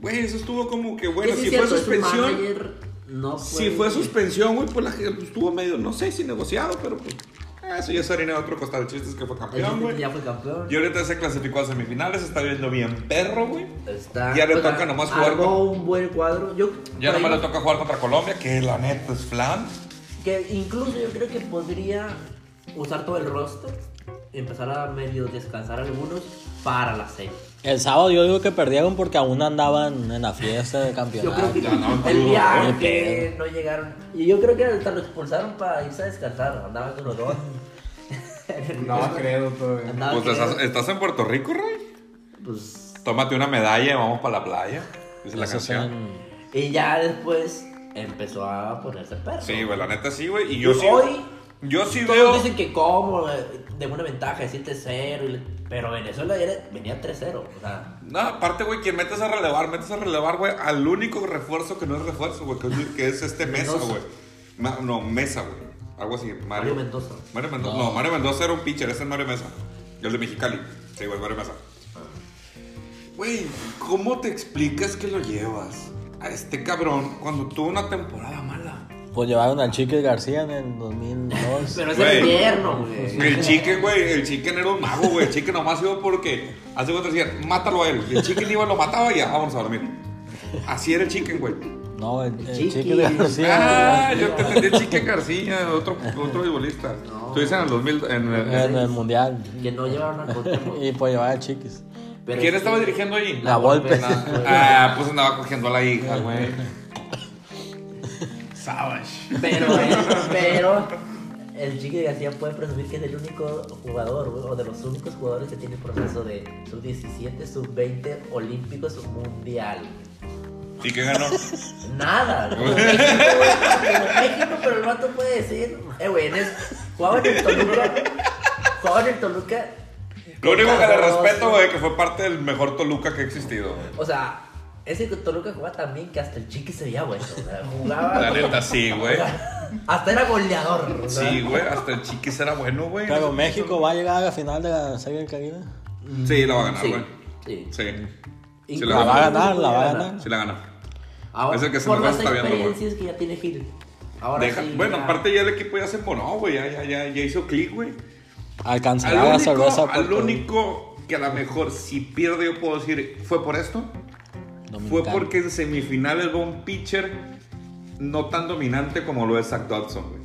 Speaker 1: Güey, eso estuvo como que, bueno,
Speaker 3: Que sí
Speaker 1: si
Speaker 3: es
Speaker 1: fue
Speaker 3: cierto, su
Speaker 1: suspensión,
Speaker 3: manager No
Speaker 1: si
Speaker 3: puede-
Speaker 1: fue suspensión, güey, pues la gente pues, estuvo medio, no sé si negociado, pero pues, ah, eso ya es harina de otro costal. El chiste es que fue
Speaker 3: El
Speaker 1: campeón,
Speaker 3: chiste es que
Speaker 1: güey.
Speaker 3: ya fue campeón.
Speaker 1: Y ahorita se clasificó a semifinales, está viendo bien perro, güey.
Speaker 3: Está,
Speaker 1: Ya le
Speaker 3: o sea,
Speaker 1: toca nomás jugar
Speaker 3: armó
Speaker 1: con-
Speaker 3: un buen cuadro. Yo,
Speaker 1: Ya
Speaker 3: por ahí
Speaker 1: nomás le
Speaker 3: no-
Speaker 1: toca jugar contra Colombia, que la neta es flan.
Speaker 3: Que incluso yo creo que podría usar todo el roster, empezar a medio descansar algunos para la serie.
Speaker 4: El sábado yo digo que perdieron porque aún andaban en la fiesta
Speaker 3: Yo
Speaker 4: de
Speaker 3: creo
Speaker 4: campeonato.
Speaker 3: que
Speaker 1: ya no,
Speaker 3: el
Speaker 1: crudo,
Speaker 3: viaje no llegaron. Y yo creo que hasta lo expulsaron para irse a descansar. Andaban con odor.
Speaker 2: No creo todavía.
Speaker 3: Andaban
Speaker 1: Pues
Speaker 3: que-
Speaker 1: estás, estás en Puerto Rico, Rey.
Speaker 3: pues,
Speaker 1: Tómate una medalla y vamos para la playa. Dice la
Speaker 4: Eso
Speaker 1: canción.
Speaker 4: son-
Speaker 3: y ya después empezó a ponerse perro.
Speaker 1: Sí, güey, la neta sí, güey. Y yo
Speaker 3: Y
Speaker 1: sí.
Speaker 3: hoy
Speaker 1: yo sí veo.
Speaker 3: Todos dicen que como eh, de una ventaja, 7-0, y le- pero Venezuela ya era- venía 3-0. O sea,
Speaker 1: No, aparte, güey, quien metes a relevar, metes a relevar, güey, al único refuerzo que no es refuerzo, güey, que es, que es este Mesa,
Speaker 3: Mendoza.
Speaker 1: güey. Ma- no, Mesa, güey. Algo así, Mario.
Speaker 3: Mario Mendoza.
Speaker 1: Mario Mendoza. No. Mario Mendoza era un pitcher, ese es Mario Mesa. El de Mexicali. Sí, güey, Mario Mesa. Güey, ¿cómo te explicas que lo llevas a este cabrón cuando tuvo una temporada mala?
Speaker 4: Pues llevaron al Chiquis García en el 2002.
Speaker 3: Pero es
Speaker 1: Güey.
Speaker 3: el invierno, güey.
Speaker 1: El chicken, güey, el chicken era un mago, güey. El chicken nomás iba porque hace cuatro decían, mátalo a él. Y El chicken iba, lo mataba y ya, vámonos a dormir. Así era el chicken, güey.
Speaker 4: no, el, el
Speaker 3: Chiquis.
Speaker 4: Chiquis García.
Speaker 1: Ah, yo te entendí el chicken García, otro, otro beisbolista.
Speaker 3: No.
Speaker 1: Tú dices en el 2000. En el-
Speaker 4: En el mundial.
Speaker 3: Que no llevaron a Cotejo.
Speaker 4: Y pues llevar al Chiquis.
Speaker 3: Pero
Speaker 1: ¿Quién
Speaker 3: sí,
Speaker 1: estaba dirigiendo ahí?
Speaker 4: La Volpe.
Speaker 1: La- Ah, pues andaba cogiendo a la hija, güey.
Speaker 2: Savage.
Speaker 3: Pero, eh, pero el Chiqui García puede presumir que es el único jugador, güey, o de los únicos jugadores que tiene proceso de sub-17, sub-20, olímpicos, mundial.
Speaker 1: ¿Y qué ganó?
Speaker 3: Nada, güey. Como México, güey, como México, pero el vato puede decir, eh, güey, en es- jugaba en el Toluca, jugaba en el Toluca.
Speaker 1: Lo único que le
Speaker 3: Cardoso.
Speaker 1: respeto, güey, que fue parte del mejor Toluca que ha existido. güey.
Speaker 3: O sea, ese Toluca jugaba tan bien que hasta el chiqui se veía bueno. O sea, jugaba.
Speaker 1: La neta, sí,
Speaker 3: o
Speaker 1: güey.
Speaker 3: sea, hasta era goleador. o sea.
Speaker 1: Sí, güey, hasta el chiquis era bueno, güey.
Speaker 4: Pero México va a llegar a la final de la serie del Caribe.
Speaker 1: Sí, la va a ganar,
Speaker 3: Sí,
Speaker 1: güey.
Speaker 3: sí.
Speaker 1: Sí.
Speaker 3: Y
Speaker 1: Sí, la
Speaker 4: La
Speaker 3: claro,
Speaker 4: va a ganar, la va a
Speaker 3: ganar.
Speaker 4: ganar.
Speaker 1: Sí la gana.
Speaker 3: Ahora,
Speaker 1: Es el que se
Speaker 3: por
Speaker 1: nos va
Speaker 3: las
Speaker 1: a estar viendo, güey.
Speaker 3: experiencias que ya tiene Gil. Ahora
Speaker 1: Deja-
Speaker 3: sí,
Speaker 1: bueno,
Speaker 3: ya.
Speaker 1: aparte ya el equipo ya se emponó, güey. Ya, ya, ya, ya hizo clic, güey. Al
Speaker 4: Alcanzará la
Speaker 1: único,
Speaker 4: cerveza
Speaker 1: al
Speaker 4: por-
Speaker 1: único que a lo mejor si pierde yo puedo decir, ¿fue por esto? Fue
Speaker 4: Dominicana.
Speaker 1: porque en semifinales va un pitcher no tan dominante como lo es Zach Dodson, güey.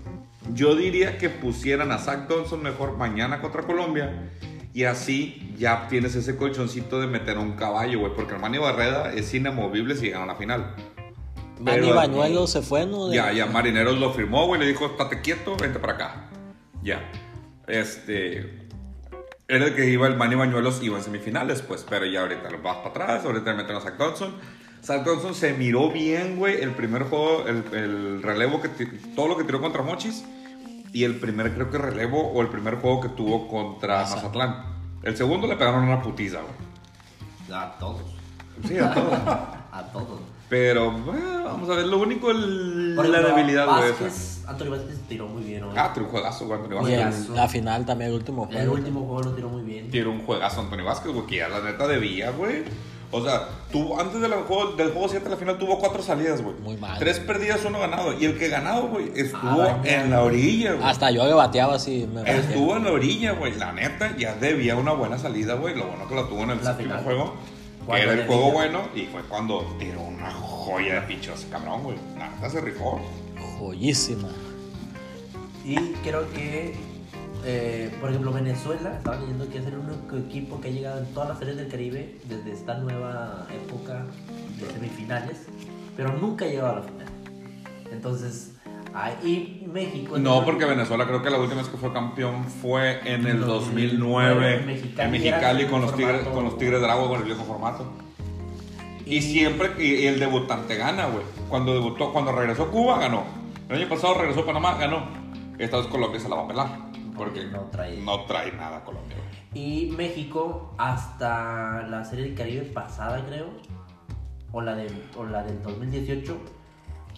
Speaker 1: Yo diría que pusieran a Zach Dodson mejor mañana contra Colombia y así ya tienes ese colchoncito de meter a un caballo, güey. Porque Armani Barreda es inamovible si llegan a la final.
Speaker 4: Manny
Speaker 1: Pero-
Speaker 4: Bañuelo se fue, ¿no? De-
Speaker 1: Ya, ya Marineros lo firmó, güey, le dijo, estate quieto, vente para acá. Ya. Este. Era el que iba el Manny Bañuelos, iba en semifinales, pues, pero ya ahorita lo vas para atrás, ahorita le meten a Zach Dodson. Zach Dodson se miró bien, güey, el primer juego, el, el relevo, que ti- todo lo que tiró contra Mochis, y el primer, creo que relevo, o el primer juego que tuvo contra Mazatlán. El segundo le pegaron una putiza, güey.
Speaker 3: A todos.
Speaker 1: Sí, a todos.
Speaker 3: A todos.
Speaker 1: Pero, bueno, vamos a ver, lo único, el-
Speaker 3: Por
Speaker 1: la
Speaker 3: ejemplo,
Speaker 1: debilidad, güey. esa.
Speaker 3: Vázquez, Antonio Vázquez tiró muy bien, güey.
Speaker 1: Ah, tiró un juegazo, güey, Antonio
Speaker 4: Y
Speaker 1: Vázquez.
Speaker 3: Oye.
Speaker 4: en la final también, el último
Speaker 3: El
Speaker 4: juego.
Speaker 3: último juego lo tiró muy bien.
Speaker 1: Tiró un juegazo Antonio Vázquez, güey, que ya la neta debía, güey. O sea, tuvo, antes del juego, del juego 7 a la final tuvo cuatro salidas, güey.
Speaker 4: Muy mal.
Speaker 1: Tres perdidas, uno ganado. Y el que ganado, güey, estuvo
Speaker 3: Ah,
Speaker 1: en la orilla, güey.
Speaker 4: Hasta yo le bateaba así. Me batía.
Speaker 1: Estuvo en la orilla, güey. La neta, ya debía una buena salida, güey. Lo bueno que la tuvo en el
Speaker 3: La
Speaker 1: séptimo
Speaker 3: final.
Speaker 1: juego. Que
Speaker 3: Cuando
Speaker 1: era el
Speaker 3: le
Speaker 1: juego
Speaker 3: dije.
Speaker 1: bueno. Y fue cuando tiró una joya de pichos. Cabrón, güey. La neta se rifó.
Speaker 4: Joyísima.
Speaker 3: Y creo que, eh, por ejemplo, Venezuela, estaba leyendo que es el único equipo que ha llegado en todas las series del Caribe desde esta nueva época de semifinales, pero nunca ha llegado a la final. Entonces, ahí México.
Speaker 1: No, porque Venezuela creo que la última vez que fue campeón fue en el 2009
Speaker 3: En Mexicali,
Speaker 1: en Mexicali
Speaker 3: era
Speaker 1: con los,
Speaker 3: un
Speaker 1: tigres,
Speaker 3: formato-
Speaker 1: con los Tigres Dragos con el viejo formato. Y siempre y, y el debutante gana, güey. Cuando debutó, cuando regresó Cuba ganó. El año pasado regresó Panamá, ganó. Esta vez Colombia se la va a pelar porque
Speaker 3: No trae-
Speaker 1: no trae nada Colombia. güey.
Speaker 3: Y México hasta la Serie del Caribe pasada, creo, o la, del, o la del 2018,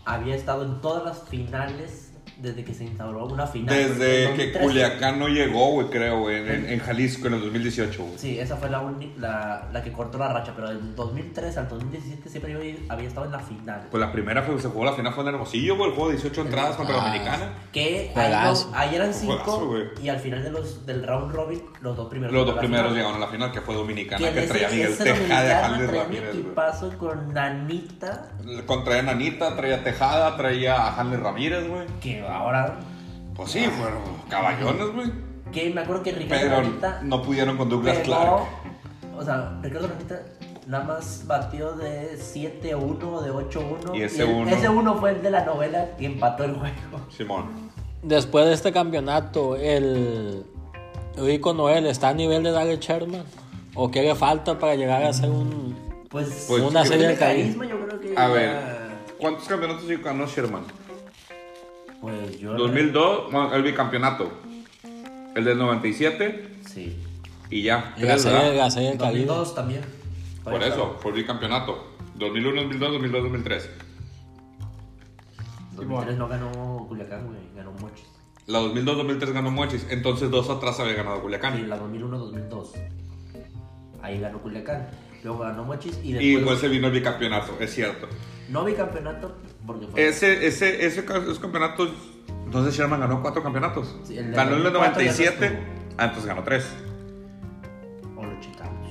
Speaker 3: había estado en todas las finales desde que se instauró una final.
Speaker 1: Desde
Speaker 3: En
Speaker 1: que
Speaker 3: 2013.
Speaker 1: Culiacán no llegó, güey, creo, güey, en, en- en Jalisco en el 2018, güey.
Speaker 3: Sí, esa fue la, uni- la, la que cortó la racha, pero del 2003 al 2017 siempre había, había estado en la final.
Speaker 1: Pues la primera fue, se jugó la final fue en Hermosillo, güey, el juego de 18 entradas contra
Speaker 4: Ah.
Speaker 1: la Dominicana.
Speaker 3: Que ahí,
Speaker 4: Juegazo.
Speaker 3: no- ahí eran
Speaker 1: Juegazo,
Speaker 3: cinco
Speaker 1: güey.
Speaker 3: y al final de los, del round robin, los dos primeros.
Speaker 1: Los dos
Speaker 3: llegaron a la
Speaker 1: primeros
Speaker 3: final.
Speaker 1: llegaron a la final, que fue Dominicana,
Speaker 3: Que
Speaker 1: que
Speaker 3: ese-
Speaker 1: traía a Miguel
Speaker 3: ese
Speaker 1: Tejada de
Speaker 3: dominicano
Speaker 1: Jaldes
Speaker 3: traía un
Speaker 1: Ramírez, güey.
Speaker 3: equipazo con Nanita.
Speaker 1: Contra Nanita, traía a Tejada, traía a Hanley Ramírez, güey.
Speaker 3: Que ahora.
Speaker 1: Pues sí, fueron caballones, güey.
Speaker 3: Que me acuerdo que Ricardo
Speaker 1: Pero
Speaker 3: Nanita.
Speaker 1: no pudieron con Douglas
Speaker 3: pegó-
Speaker 1: Clark.
Speaker 3: O sea, Ricardo Nanita nada más batió de 7-1 o de 8-1.
Speaker 1: Y ese
Speaker 3: el-
Speaker 1: uno-
Speaker 3: Ese 1 fue el de la novela que empató el juego.
Speaker 1: Simón.
Speaker 4: Después de este campeonato, el Rico Noel está a nivel de Darrell Sherman. ¿O qué le falta para llegar a ser un.
Speaker 3: Pues.
Speaker 1: Pues,
Speaker 4: una
Speaker 1: yo-
Speaker 4: serie
Speaker 3: el
Speaker 4: de
Speaker 3: carisma, yo creo que.
Speaker 1: A
Speaker 3: ya-
Speaker 1: ver, ¿cuántos campeonatos Ah, ganó Sherman?
Speaker 3: Pues yo.
Speaker 1: 2002, bueno, el bicampeonato. El del 97
Speaker 3: Sí.
Speaker 1: y ya.
Speaker 4: La
Speaker 1: Tres,
Speaker 4: serie,
Speaker 1: ¿verdad?
Speaker 4: la serie del Caribe?
Speaker 3: 2002 también.
Speaker 1: Por eso, fue el bicampeonato. 2001, 2002, 2002, 2003.
Speaker 3: 2003 no ganó Culiacán, güey. Ganó Mochis.
Speaker 1: La 2002, 2003 ganó Mochis. Entonces dos atrás había ganado
Speaker 3: Sí,
Speaker 1: Culiacán.
Speaker 3: la 2001-2002. Ahí ganó Culiacán. Luego ganó Mochis y
Speaker 1: Y pues,
Speaker 3: después.
Speaker 1: igual se vino el bicampeonato, es cierto.
Speaker 3: No vi campeonato porque fue.
Speaker 1: Ese, ese, ese, ca- esos campeonatos. Entonces Sherman ganó cuatro campeonatos.
Speaker 3: Sí, el de
Speaker 1: ganó el de
Speaker 3: 94 ya no
Speaker 1: 97.
Speaker 3: estuvo.
Speaker 1: Ah, entonces ganó tres.
Speaker 3: O lo checamos.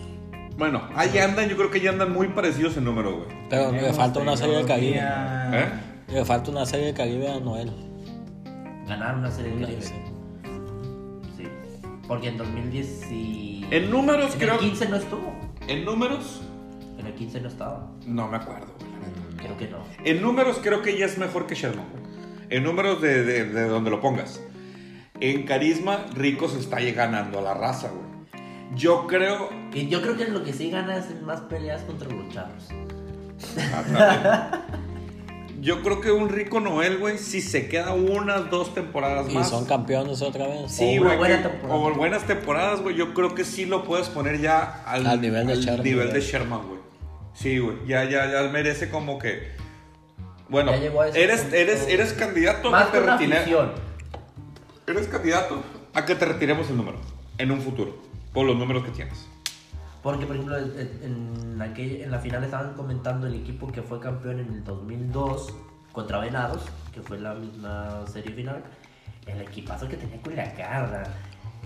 Speaker 1: Bueno, ahí andan, yo creo que ya andan muy parecidos en número, güey.
Speaker 4: Pero le falta una serie del Caribe.
Speaker 3: Ah.
Speaker 1: ¿Eh?
Speaker 4: Le falta una serie del Caribe a Noel.
Speaker 3: Ganaron una serie del Caribe.
Speaker 4: Sí.
Speaker 3: Sí. Porque en 2010. y-
Speaker 1: En números,
Speaker 3: En
Speaker 1: creo.
Speaker 3: el 15 no estuvo.
Speaker 1: En números,
Speaker 3: En el 15 no estaba.
Speaker 1: no me acuerdo, güey, la neta.
Speaker 3: Creo que no.
Speaker 1: En números, creo que ya es mejor que Sherman, güey. En números de, de- de donde lo pongas. En carisma, Rico se está ganando a la raza, güey. Yo creo.
Speaker 3: Y yo creo que lo que sí gana es en más peleas contra los charros.
Speaker 1: Yo creo que un Rico Noel, güey, si se queda unas, dos temporadas
Speaker 4: Y
Speaker 1: más.
Speaker 4: son campeones otra vez.
Speaker 1: Sí,
Speaker 3: O una
Speaker 1: güey.
Speaker 3: buena
Speaker 1: que-
Speaker 3: temporada.
Speaker 1: O buenas temporadas, güey. Yo creo que sí lo puedes poner ya al,
Speaker 4: Al nivel de Sherman,
Speaker 1: nivel de
Speaker 4: güey.
Speaker 1: Sherman, güey. Sí, güey. Ya, ya, ya merece como que. Bueno,
Speaker 3: Ya llegó a ese
Speaker 1: eres,
Speaker 3: punto.
Speaker 1: eres, eres candidato a
Speaker 3: Más
Speaker 1: que
Speaker 3: que
Speaker 1: te
Speaker 3: una
Speaker 1: retire-
Speaker 3: afición.
Speaker 1: Eres candidato a que te retiremos el número en un futuro. Por los números que tienes.
Speaker 3: Porque, por ejemplo, en, en aquella- en la final estaban comentando el equipo que fue campeón en el 2002 contra Venados, que fue la misma serie final. El equipazo que tenía Culiacán, ¿verdad?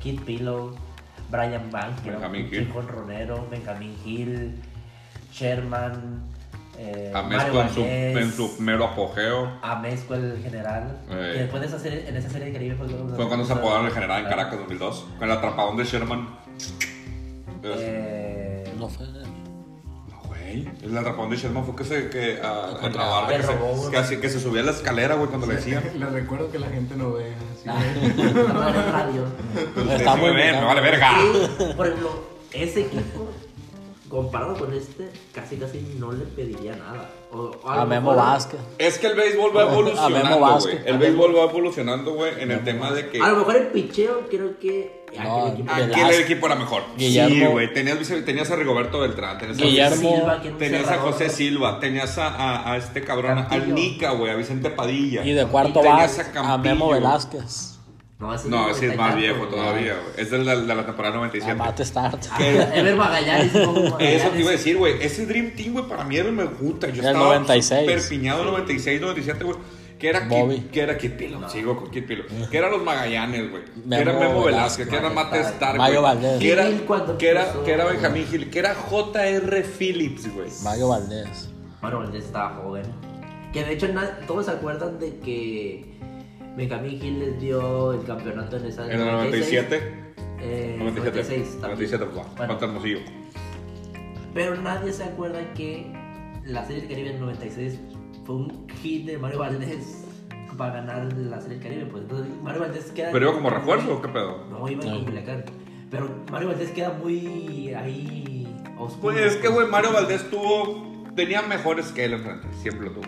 Speaker 3: Kid Pillow, Brian Bank,
Speaker 1: Benjamín Gil.
Speaker 3: Chico Ronero, Benjamin Hill, Sherman, eh,
Speaker 1: También
Speaker 3: Mario
Speaker 1: con su,
Speaker 3: Valdés,
Speaker 1: en su mero apogeo.
Speaker 3: Amezco el general.
Speaker 1: Eh.
Speaker 3: Que después de esa serie, en esa serie de Caribe fue cuando,
Speaker 1: Fue cuando se apodaron el general en
Speaker 3: Claro.
Speaker 1: Caracas 2002. Con el atrapadón de Sherman.
Speaker 3: Eh,
Speaker 4: Oh, No fue.
Speaker 1: No, güey. El atrapón de Sherman fue que se. Que, ah,
Speaker 4: Que
Speaker 1: contra Barra,
Speaker 3: que
Speaker 1: que, se-
Speaker 3: robó, güey.
Speaker 1: que así- que se subía a la escalera, güey, cuando le decían.
Speaker 2: Les recuerdo que la gente no ve. así
Speaker 3: no, en radio.
Speaker 1: Ustedes
Speaker 4: Está
Speaker 1: sí
Speaker 4: muy
Speaker 1: me ven,
Speaker 4: bien.
Speaker 1: me vale verga.
Speaker 3: Por ejemplo, ese equipo, comparado con este, casi casi no le pediría nada. O- o lo
Speaker 4: A Memo
Speaker 3: mejor-
Speaker 4: Vázquez.
Speaker 1: Es que el béisbol va
Speaker 4: A Memo
Speaker 1: evolucionando, güey.
Speaker 4: Vázquez.
Speaker 1: El béisbol va evolucionando, güey, en el tema de que.
Speaker 3: A lo mejor el picheo creo que
Speaker 4: No,
Speaker 3: aquel equipo-
Speaker 4: ah,
Speaker 1: Aquel
Speaker 4: Velázquez.
Speaker 1: equipo era mejor.
Speaker 4: Guillermo.
Speaker 1: Sí, güey. Tenías, tenías a Rigoberto Beltrán, tenías a,
Speaker 4: Guillermo.
Speaker 3: que era un
Speaker 1: tenías a
Speaker 3: cerrador,
Speaker 1: José
Speaker 3: ¿no?
Speaker 1: Silva, tenías a, a- a este cabrón, al
Speaker 3: Cantillo.
Speaker 1: Nica, güey, a Vicente Padilla.
Speaker 4: Y de cuarto
Speaker 1: tenías
Speaker 4: base
Speaker 1: a
Speaker 4: a
Speaker 1: Campillo.
Speaker 4: Memo Velázquez.
Speaker 3: No, ese
Speaker 1: No, ese es
Speaker 3: 90
Speaker 1: más
Speaker 3: y tantos,
Speaker 1: viejo
Speaker 3: güey.
Speaker 1: todavía, güey. Es de la, de la temporada
Speaker 4: La
Speaker 1: 97.
Speaker 4: mate start.
Speaker 3: Ah, Ever Magallanes, no, Magallanes.
Speaker 1: Eso te iba a decir, güey. Ese Dream Team, güey, para mí era me gusta. Yo
Speaker 4: Del
Speaker 1: estaba
Speaker 4: 96.
Speaker 1: perpiñado 96, 97, güey. Que era
Speaker 4: Bobby.
Speaker 1: Kid, que era Kid Pilo, sigo con Kid Pilo. Que eran los Magallanes, güey. Que
Speaker 4: Memo
Speaker 1: era Memo Velázquez,
Speaker 4: Velázquez,
Speaker 1: que era Mate
Speaker 3: Valdés.
Speaker 1: Stark,
Speaker 4: Mario
Speaker 1: güey.
Speaker 4: Valdés.
Speaker 1: Que era,
Speaker 3: Gil cuando
Speaker 1: que era,
Speaker 3: empezó,
Speaker 1: que era
Speaker 3: güey.
Speaker 1: Benjamín Gil, que era J.R. Phillips, güey.
Speaker 4: Mario Valdés.
Speaker 3: Mario Valdés estaba joven. Que de hecho na- todos se acuerdan de que Benjamín Gil les dio el campeonato en esa.
Speaker 1: En el 97.
Speaker 3: Eh, 96.
Speaker 1: 97,
Speaker 3: también.
Speaker 1: 97, pues,
Speaker 3: Bueno,
Speaker 1: cuánto hermosillo.
Speaker 3: pero nadie se acuerda que la Serie del Caribe en 96 fue un hit de Mario Valdés para ganar la Serie del Caribe. Pues entonces Mario Valdés queda.
Speaker 1: Pero iba como refuerzo, ¿o ¿qué pedo?
Speaker 3: No, iba
Speaker 4: No.
Speaker 3: en Culiacán. Pero Mario Valdés queda muy ahí oscuro.
Speaker 1: Pues es que, güey, Mario Valdés tuvo. Tenía mejores que él enfrente. Siempre lo tuvo.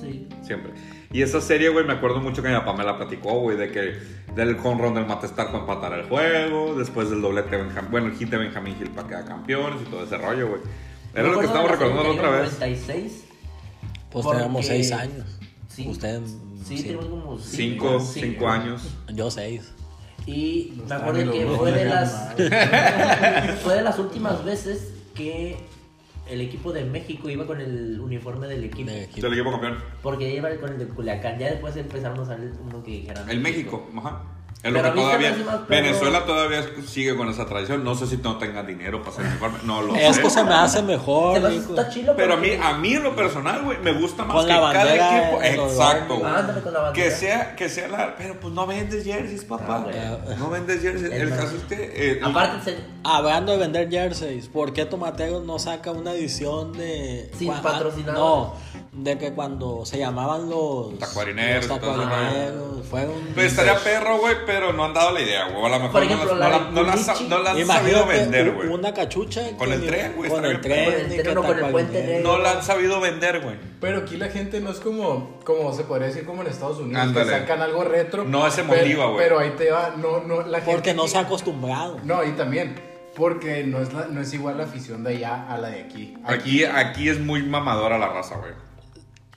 Speaker 3: Sí.
Speaker 1: Siempre. Y esa serie, güey, me acuerdo mucho que mi papá me la platicó, güey, de que del jonrón del Matestar para empatar el juego, después del doblete de Benjamín, bueno, el hit de Benjamín Gil para quedar campeones y todo ese rollo, güey. Era
Speaker 3: Me
Speaker 1: lo que estábamos
Speaker 3: acuerdo de
Speaker 1: recordando
Speaker 3: la
Speaker 1: la
Speaker 3: Serie del
Speaker 1: otra
Speaker 3: Caribe
Speaker 1: vez.
Speaker 3: 96.
Speaker 4: Pues
Speaker 3: Porque-
Speaker 4: teníamos 6 años.
Speaker 3: Sí.
Speaker 4: Usted.
Speaker 3: Sí,
Speaker 4: sí.
Speaker 3: tenemos como cinco,
Speaker 1: Cinco,
Speaker 3: sí.
Speaker 1: cinco años.
Speaker 4: Yo 6.
Speaker 3: Y
Speaker 2: Los
Speaker 3: me acuerdo
Speaker 2: Dani,
Speaker 3: que
Speaker 2: los
Speaker 3: fue de
Speaker 2: Dani,
Speaker 3: las fue de las últimas veces que el equipo de México iba con el uniforme del equipo.
Speaker 4: De equipo.
Speaker 1: Del equipo campeón.
Speaker 3: Porque iba con el de Culiacán. Ya después empezaron a salir uno que dijeron.
Speaker 1: El México, ajá. Es
Speaker 3: Pero
Speaker 1: lo que
Speaker 3: a mí se me
Speaker 1: todavía.
Speaker 3: hace más perro.
Speaker 1: Venezuela todavía sigue con esa tradición. No sé si no tengan dinero para hacer uniforme. No lo sé.
Speaker 4: Esto se me hace mejor.
Speaker 3: Se me hace-
Speaker 4: hijo.
Speaker 3: está chilo
Speaker 1: Pero a mí,
Speaker 3: porque-
Speaker 1: a mí en lo personal, güey, me gusta más
Speaker 4: Con
Speaker 1: que
Speaker 4: la bandera
Speaker 1: cada equipo.
Speaker 4: en los
Speaker 1: Exacto,
Speaker 4: barrios.
Speaker 1: güey.
Speaker 3: Ándale con la bandera.
Speaker 1: Que sea, que sea la. Pero pues no vendes jerseys,
Speaker 3: No,
Speaker 4: Ah,
Speaker 1: papá.
Speaker 3: güey.
Speaker 1: No vendes jerseys. El caso es que. eh,
Speaker 3: Aparte se-
Speaker 4: Hablando de vender jerseys, ¿por qué Tomateros no saca una edición de.
Speaker 3: Sin
Speaker 4: cua-
Speaker 3: patrocinadores.
Speaker 4: No, de que cuando se llamaban los.
Speaker 1: Tacuarineros,
Speaker 4: los tacuarineros, fueron.
Speaker 1: pues estaría perro, güey, pero no han dado la idea, güey. A lo mejor
Speaker 3: Por ejemplo,
Speaker 1: no, las-
Speaker 3: la
Speaker 1: no
Speaker 3: de
Speaker 1: la- no las-
Speaker 3: Culichi.
Speaker 1: no las han sabido
Speaker 4: Imagínate
Speaker 1: vender,
Speaker 4: u-
Speaker 1: güey.
Speaker 4: una cachucha.
Speaker 1: Con
Speaker 4: que
Speaker 1: el
Speaker 4: ni-
Speaker 1: tren, güey,
Speaker 4: Con
Speaker 1: estaría
Speaker 4: el
Speaker 1: bien
Speaker 4: tren,
Speaker 3: perro.
Speaker 4: ni
Speaker 3: Con el
Speaker 4: que
Speaker 3: tren o con el puente
Speaker 4: tacuarinero.
Speaker 3: negro.
Speaker 1: No la han sabido vender, güey.
Speaker 2: Pero aquí la gente no es como, como se podría decir como en Estados Unidos,
Speaker 1: Ándale.
Speaker 2: que sacan algo retro.
Speaker 1: No se
Speaker 2: pero-
Speaker 1: motiva, güey.
Speaker 2: Pero ahí te va, no, no, la gente.
Speaker 4: Porque no se ha acostumbrado.
Speaker 2: No, y también, porque no es, la- no es igual la afición de allá a la de aquí.
Speaker 1: Aquí, aquí es muy mamadora la raza, güey.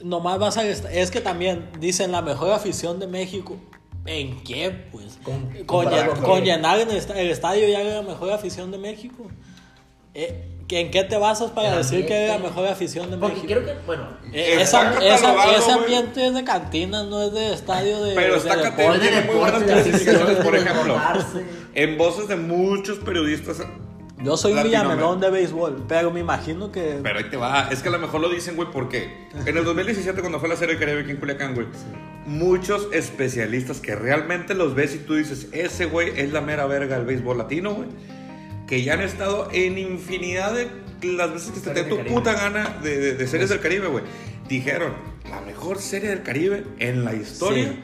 Speaker 4: Nomás vas a gastar. Es que también dicen la mejor afición de México. ¿En qué? Pues.
Speaker 3: Con-
Speaker 4: Con,
Speaker 3: comparado
Speaker 4: llen-
Speaker 3: con
Speaker 4: con
Speaker 3: qué.
Speaker 4: llenar en esta- el estadio ya era la mejor afición de México. Eh, ¿que ¿En qué te basas para
Speaker 3: El
Speaker 4: decir que era la
Speaker 3: ambiente.
Speaker 4: mejor afición de
Speaker 3: porque
Speaker 4: México?
Speaker 3: creo que bueno,
Speaker 4: Eh,
Speaker 1: Está
Speaker 4: esa-
Speaker 1: catalogado,
Speaker 4: esa- ese
Speaker 1: güey.
Speaker 4: ambiente es de cantina, no es de estadio de.
Speaker 1: Pero
Speaker 4: de
Speaker 1: está
Speaker 4: deporte.
Speaker 1: Catepec,
Speaker 3: deporte,
Speaker 1: tiene muy buenas
Speaker 3: deporte, de
Speaker 1: clasificaciones, por
Speaker 3: afición, de
Speaker 1: ejemplo.
Speaker 3: mojarse.
Speaker 1: En voces de muchos periodistas
Speaker 4: Yo soy un
Speaker 1: Latinoamérica.
Speaker 4: villamelón de béisbol, pero me imagino que.
Speaker 1: Pero ahí te va. Es que a lo mejor lo dicen, güey, porque en el 2017, cuando fue la serie del Caribe aquí en Culiacán, güey, muchos especialistas que realmente los ves y tú dices, ese güey es la mera verga del béisbol latino, güey, que ya han estado en infinidad de las veces que se te dé tu
Speaker 3: Series del
Speaker 1: puta gana de, de- de series del Caribe, güey. Dijeron, la mejor serie del Caribe en la historia.
Speaker 4: Sí.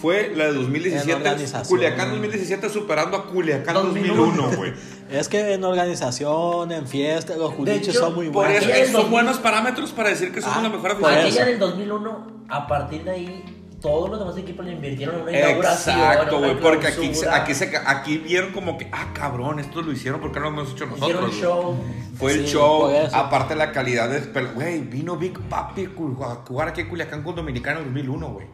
Speaker 1: Fue la de
Speaker 4: En
Speaker 1: 2017,
Speaker 4: organización.
Speaker 1: Culiacán 2017 superando a Culiacán
Speaker 3: 2001.
Speaker 1: 2001, güey.
Speaker 4: Es que en organización, en fiesta, los culiches
Speaker 3: hecho,
Speaker 4: son muy
Speaker 1: Por
Speaker 4: buenos.
Speaker 1: eso,
Speaker 3: Aquella del
Speaker 1: son
Speaker 3: 2000.
Speaker 1: buenos parámetros para decir que somos
Speaker 4: Ah,
Speaker 1: la mejor
Speaker 4: por
Speaker 1: afición.
Speaker 3: aquella
Speaker 4: eso.
Speaker 3: del 2001 a partir de ahí todos los demás equipos le invirtieron en una inauguración.
Speaker 1: Exacto,
Speaker 3: una
Speaker 1: güey, porque aquí, se-
Speaker 3: clausura,
Speaker 1: aquí, se, ca- aquí vieron como que, ah, cabrón, esto lo hicieron porque no lo hemos hecho nosotros.
Speaker 3: hicieron un
Speaker 1: güey.
Speaker 3: show.
Speaker 1: Fue el
Speaker 4: Sí,
Speaker 1: show,
Speaker 4: por eso.
Speaker 1: aparte la calidad de... pero, Güey, vino Big Papi cu- a jugar aquí en Culiacán con Dominicano en 2001, güey.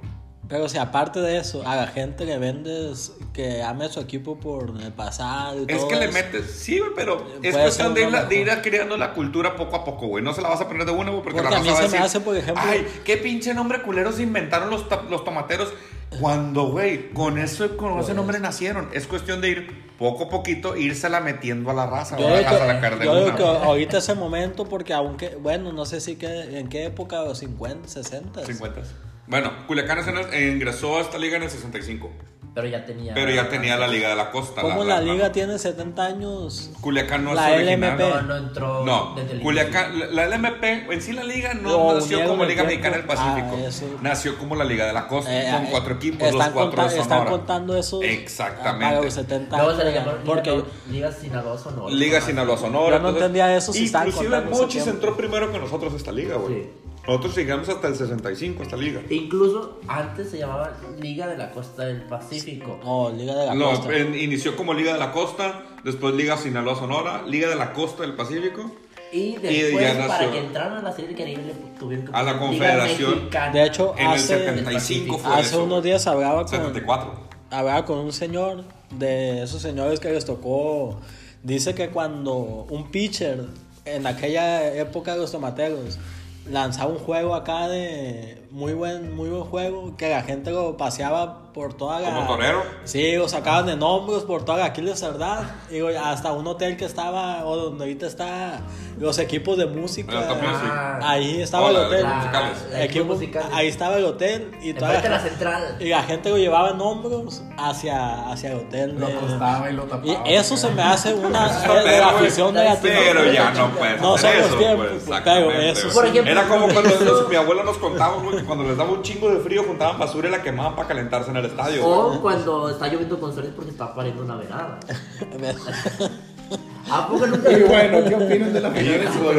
Speaker 4: Pero si aparte de eso, a la gente le vendes que ame a su equipo por el pasado y
Speaker 1: Es
Speaker 4: todo
Speaker 1: que le
Speaker 4: eso.
Speaker 1: metes, sí, güey, pero es
Speaker 4: Puede ser
Speaker 1: cuestión de,
Speaker 4: una
Speaker 1: irla- de ir
Speaker 4: mejor.
Speaker 1: creando la cultura poco a poco, güey. No se la vas a poner de una, güey, porque,
Speaker 4: Porque
Speaker 1: la
Speaker 4: a
Speaker 1: raza
Speaker 4: mí
Speaker 1: va
Speaker 4: se me
Speaker 1: decir,
Speaker 4: hace, por ejemplo-
Speaker 1: Ay, qué pinche nombre culero se inventaron los, ta- los tomateros. Cuando, güey, con eso, con
Speaker 4: Pues.
Speaker 1: ese nombre nacieron. Es cuestión de ir poco a poquito, írsela metiendo a la raza,
Speaker 4: Yo
Speaker 1: güey,
Speaker 4: digo,
Speaker 1: a la
Speaker 4: que,
Speaker 1: cara de
Speaker 4: yo digo
Speaker 1: una,
Speaker 4: que
Speaker 1: güey.
Speaker 4: ahorita es el momento porque aunque, bueno, no sé si que, en qué época, los 50, 60.
Speaker 1: 50. Bueno, Culiacán Nacional eh, ingresó a esta liga en el 65,
Speaker 3: Pero ya tenía
Speaker 1: pero ya tenía la Liga de la Costa.
Speaker 4: Como la, liga tiene 70 años,
Speaker 1: Culiacán no
Speaker 4: la
Speaker 1: es original.
Speaker 4: LMP.
Speaker 1: ¿no?
Speaker 3: No, no entró
Speaker 1: No,
Speaker 3: desde el inicio.
Speaker 1: Culiacán, la, la LMP, en sí la liga no
Speaker 4: Lo
Speaker 1: nació
Speaker 4: unieron
Speaker 1: como
Speaker 4: en
Speaker 1: Liga
Speaker 4: tiempo.
Speaker 1: Mexicana del Pacífico,
Speaker 4: Ah, eso.
Speaker 1: nació como la Liga de la Costa,
Speaker 4: Eh,
Speaker 1: con
Speaker 4: eh,
Speaker 1: cuatro equipos, los
Speaker 4: están
Speaker 1: cuatro
Speaker 4: conta-
Speaker 1: de
Speaker 4: Están
Speaker 1: Sonora.
Speaker 4: contando esos. ah,
Speaker 1: Exactamente.
Speaker 4: Para los 70
Speaker 3: Luego se le
Speaker 4: años,
Speaker 3: llamó Liga-
Speaker 4: porque
Speaker 3: Liga Sinaloa Sonora.
Speaker 1: Liga Sinaloa Sonora.
Speaker 4: Yo no entendía eso, si estaban
Speaker 1: Inclusive
Speaker 4: contando ese
Speaker 1: Mochis
Speaker 4: tiempo.
Speaker 1: entró primero que nosotros a esta liga, güey.
Speaker 3: Sí.
Speaker 1: Nosotros llegamos hasta el 65 a esta liga.
Speaker 3: E Incluso antes se llamaba Liga de la Costa del Pacífico.
Speaker 4: No, Liga de la
Speaker 1: No,
Speaker 4: Costa.
Speaker 1: en- inició como Liga de la Costa, después Liga Sinaloa Sonora, Liga de la Costa del Pacífico
Speaker 3: Y
Speaker 1: Y ya
Speaker 3: después,
Speaker 1: nació.
Speaker 3: para que entraran a la serie increíble, tuvieron que
Speaker 1: A la
Speaker 3: Liga
Speaker 1: confederación.
Speaker 3: Mexicana.
Speaker 4: De hecho,
Speaker 1: En el
Speaker 4: hace-
Speaker 1: 75 fue
Speaker 4: Hace
Speaker 1: eso,
Speaker 4: unos
Speaker 1: güey.
Speaker 4: días hablaba con,
Speaker 1: 74.
Speaker 4: hablaba con un señor de esos señores que les tocó. Dice que cuando un pitcher en aquella época de los tomateros lanzaba un juego acá de muy buen, muy buen juego, que la gente lo paseaba por toda la.
Speaker 1: ¿Como torero?
Speaker 4: Sí, lo sacaban de nombres por toda la Aquiles Cerdán. Y lo- hasta un hotel que estaba, o donde ahorita está los equipos de música.
Speaker 1: Era también así.
Speaker 4: Ahí estaba el
Speaker 1: Hola,
Speaker 4: hotel.
Speaker 1: los musicales.
Speaker 3: La
Speaker 4: Equipo-
Speaker 3: equipo musical.
Speaker 4: ahí estaba el hotel y toda la,
Speaker 3: Enfrente de la
Speaker 4: gente-
Speaker 3: central.
Speaker 4: y la gente lo llevaba en hombros hacia, hacia el hotel.
Speaker 2: Lo
Speaker 4: de-
Speaker 2: acostaba y lo
Speaker 4: y
Speaker 2: tapaba.
Speaker 4: eso se me hace una
Speaker 1: Eso está
Speaker 4: de la
Speaker 1: perro,
Speaker 4: afición de
Speaker 1: güey. Pero
Speaker 4: Latinoamérica.
Speaker 1: ya no puedes
Speaker 4: No
Speaker 1: hacer
Speaker 4: son los
Speaker 1: eso,
Speaker 4: tiempos,
Speaker 1: pues,
Speaker 4: pero
Speaker 1: exactamente,
Speaker 4: eso
Speaker 1: güey.
Speaker 3: Por ejemplo,
Speaker 1: Era como cuando
Speaker 3: eso-
Speaker 1: los- mi abuelo nos contaba, güey, que cuando les daba un chingo de frío juntaban basura y la quemaban para calentarse en el estadio. güey.
Speaker 3: O cuando está lloviendo con sol es porque está pariendo una venada. ¿A poco nunca
Speaker 2: Y bueno, ¿qué opinan de la
Speaker 1: Y yo
Speaker 2: final?
Speaker 1: les digo,
Speaker 3: Por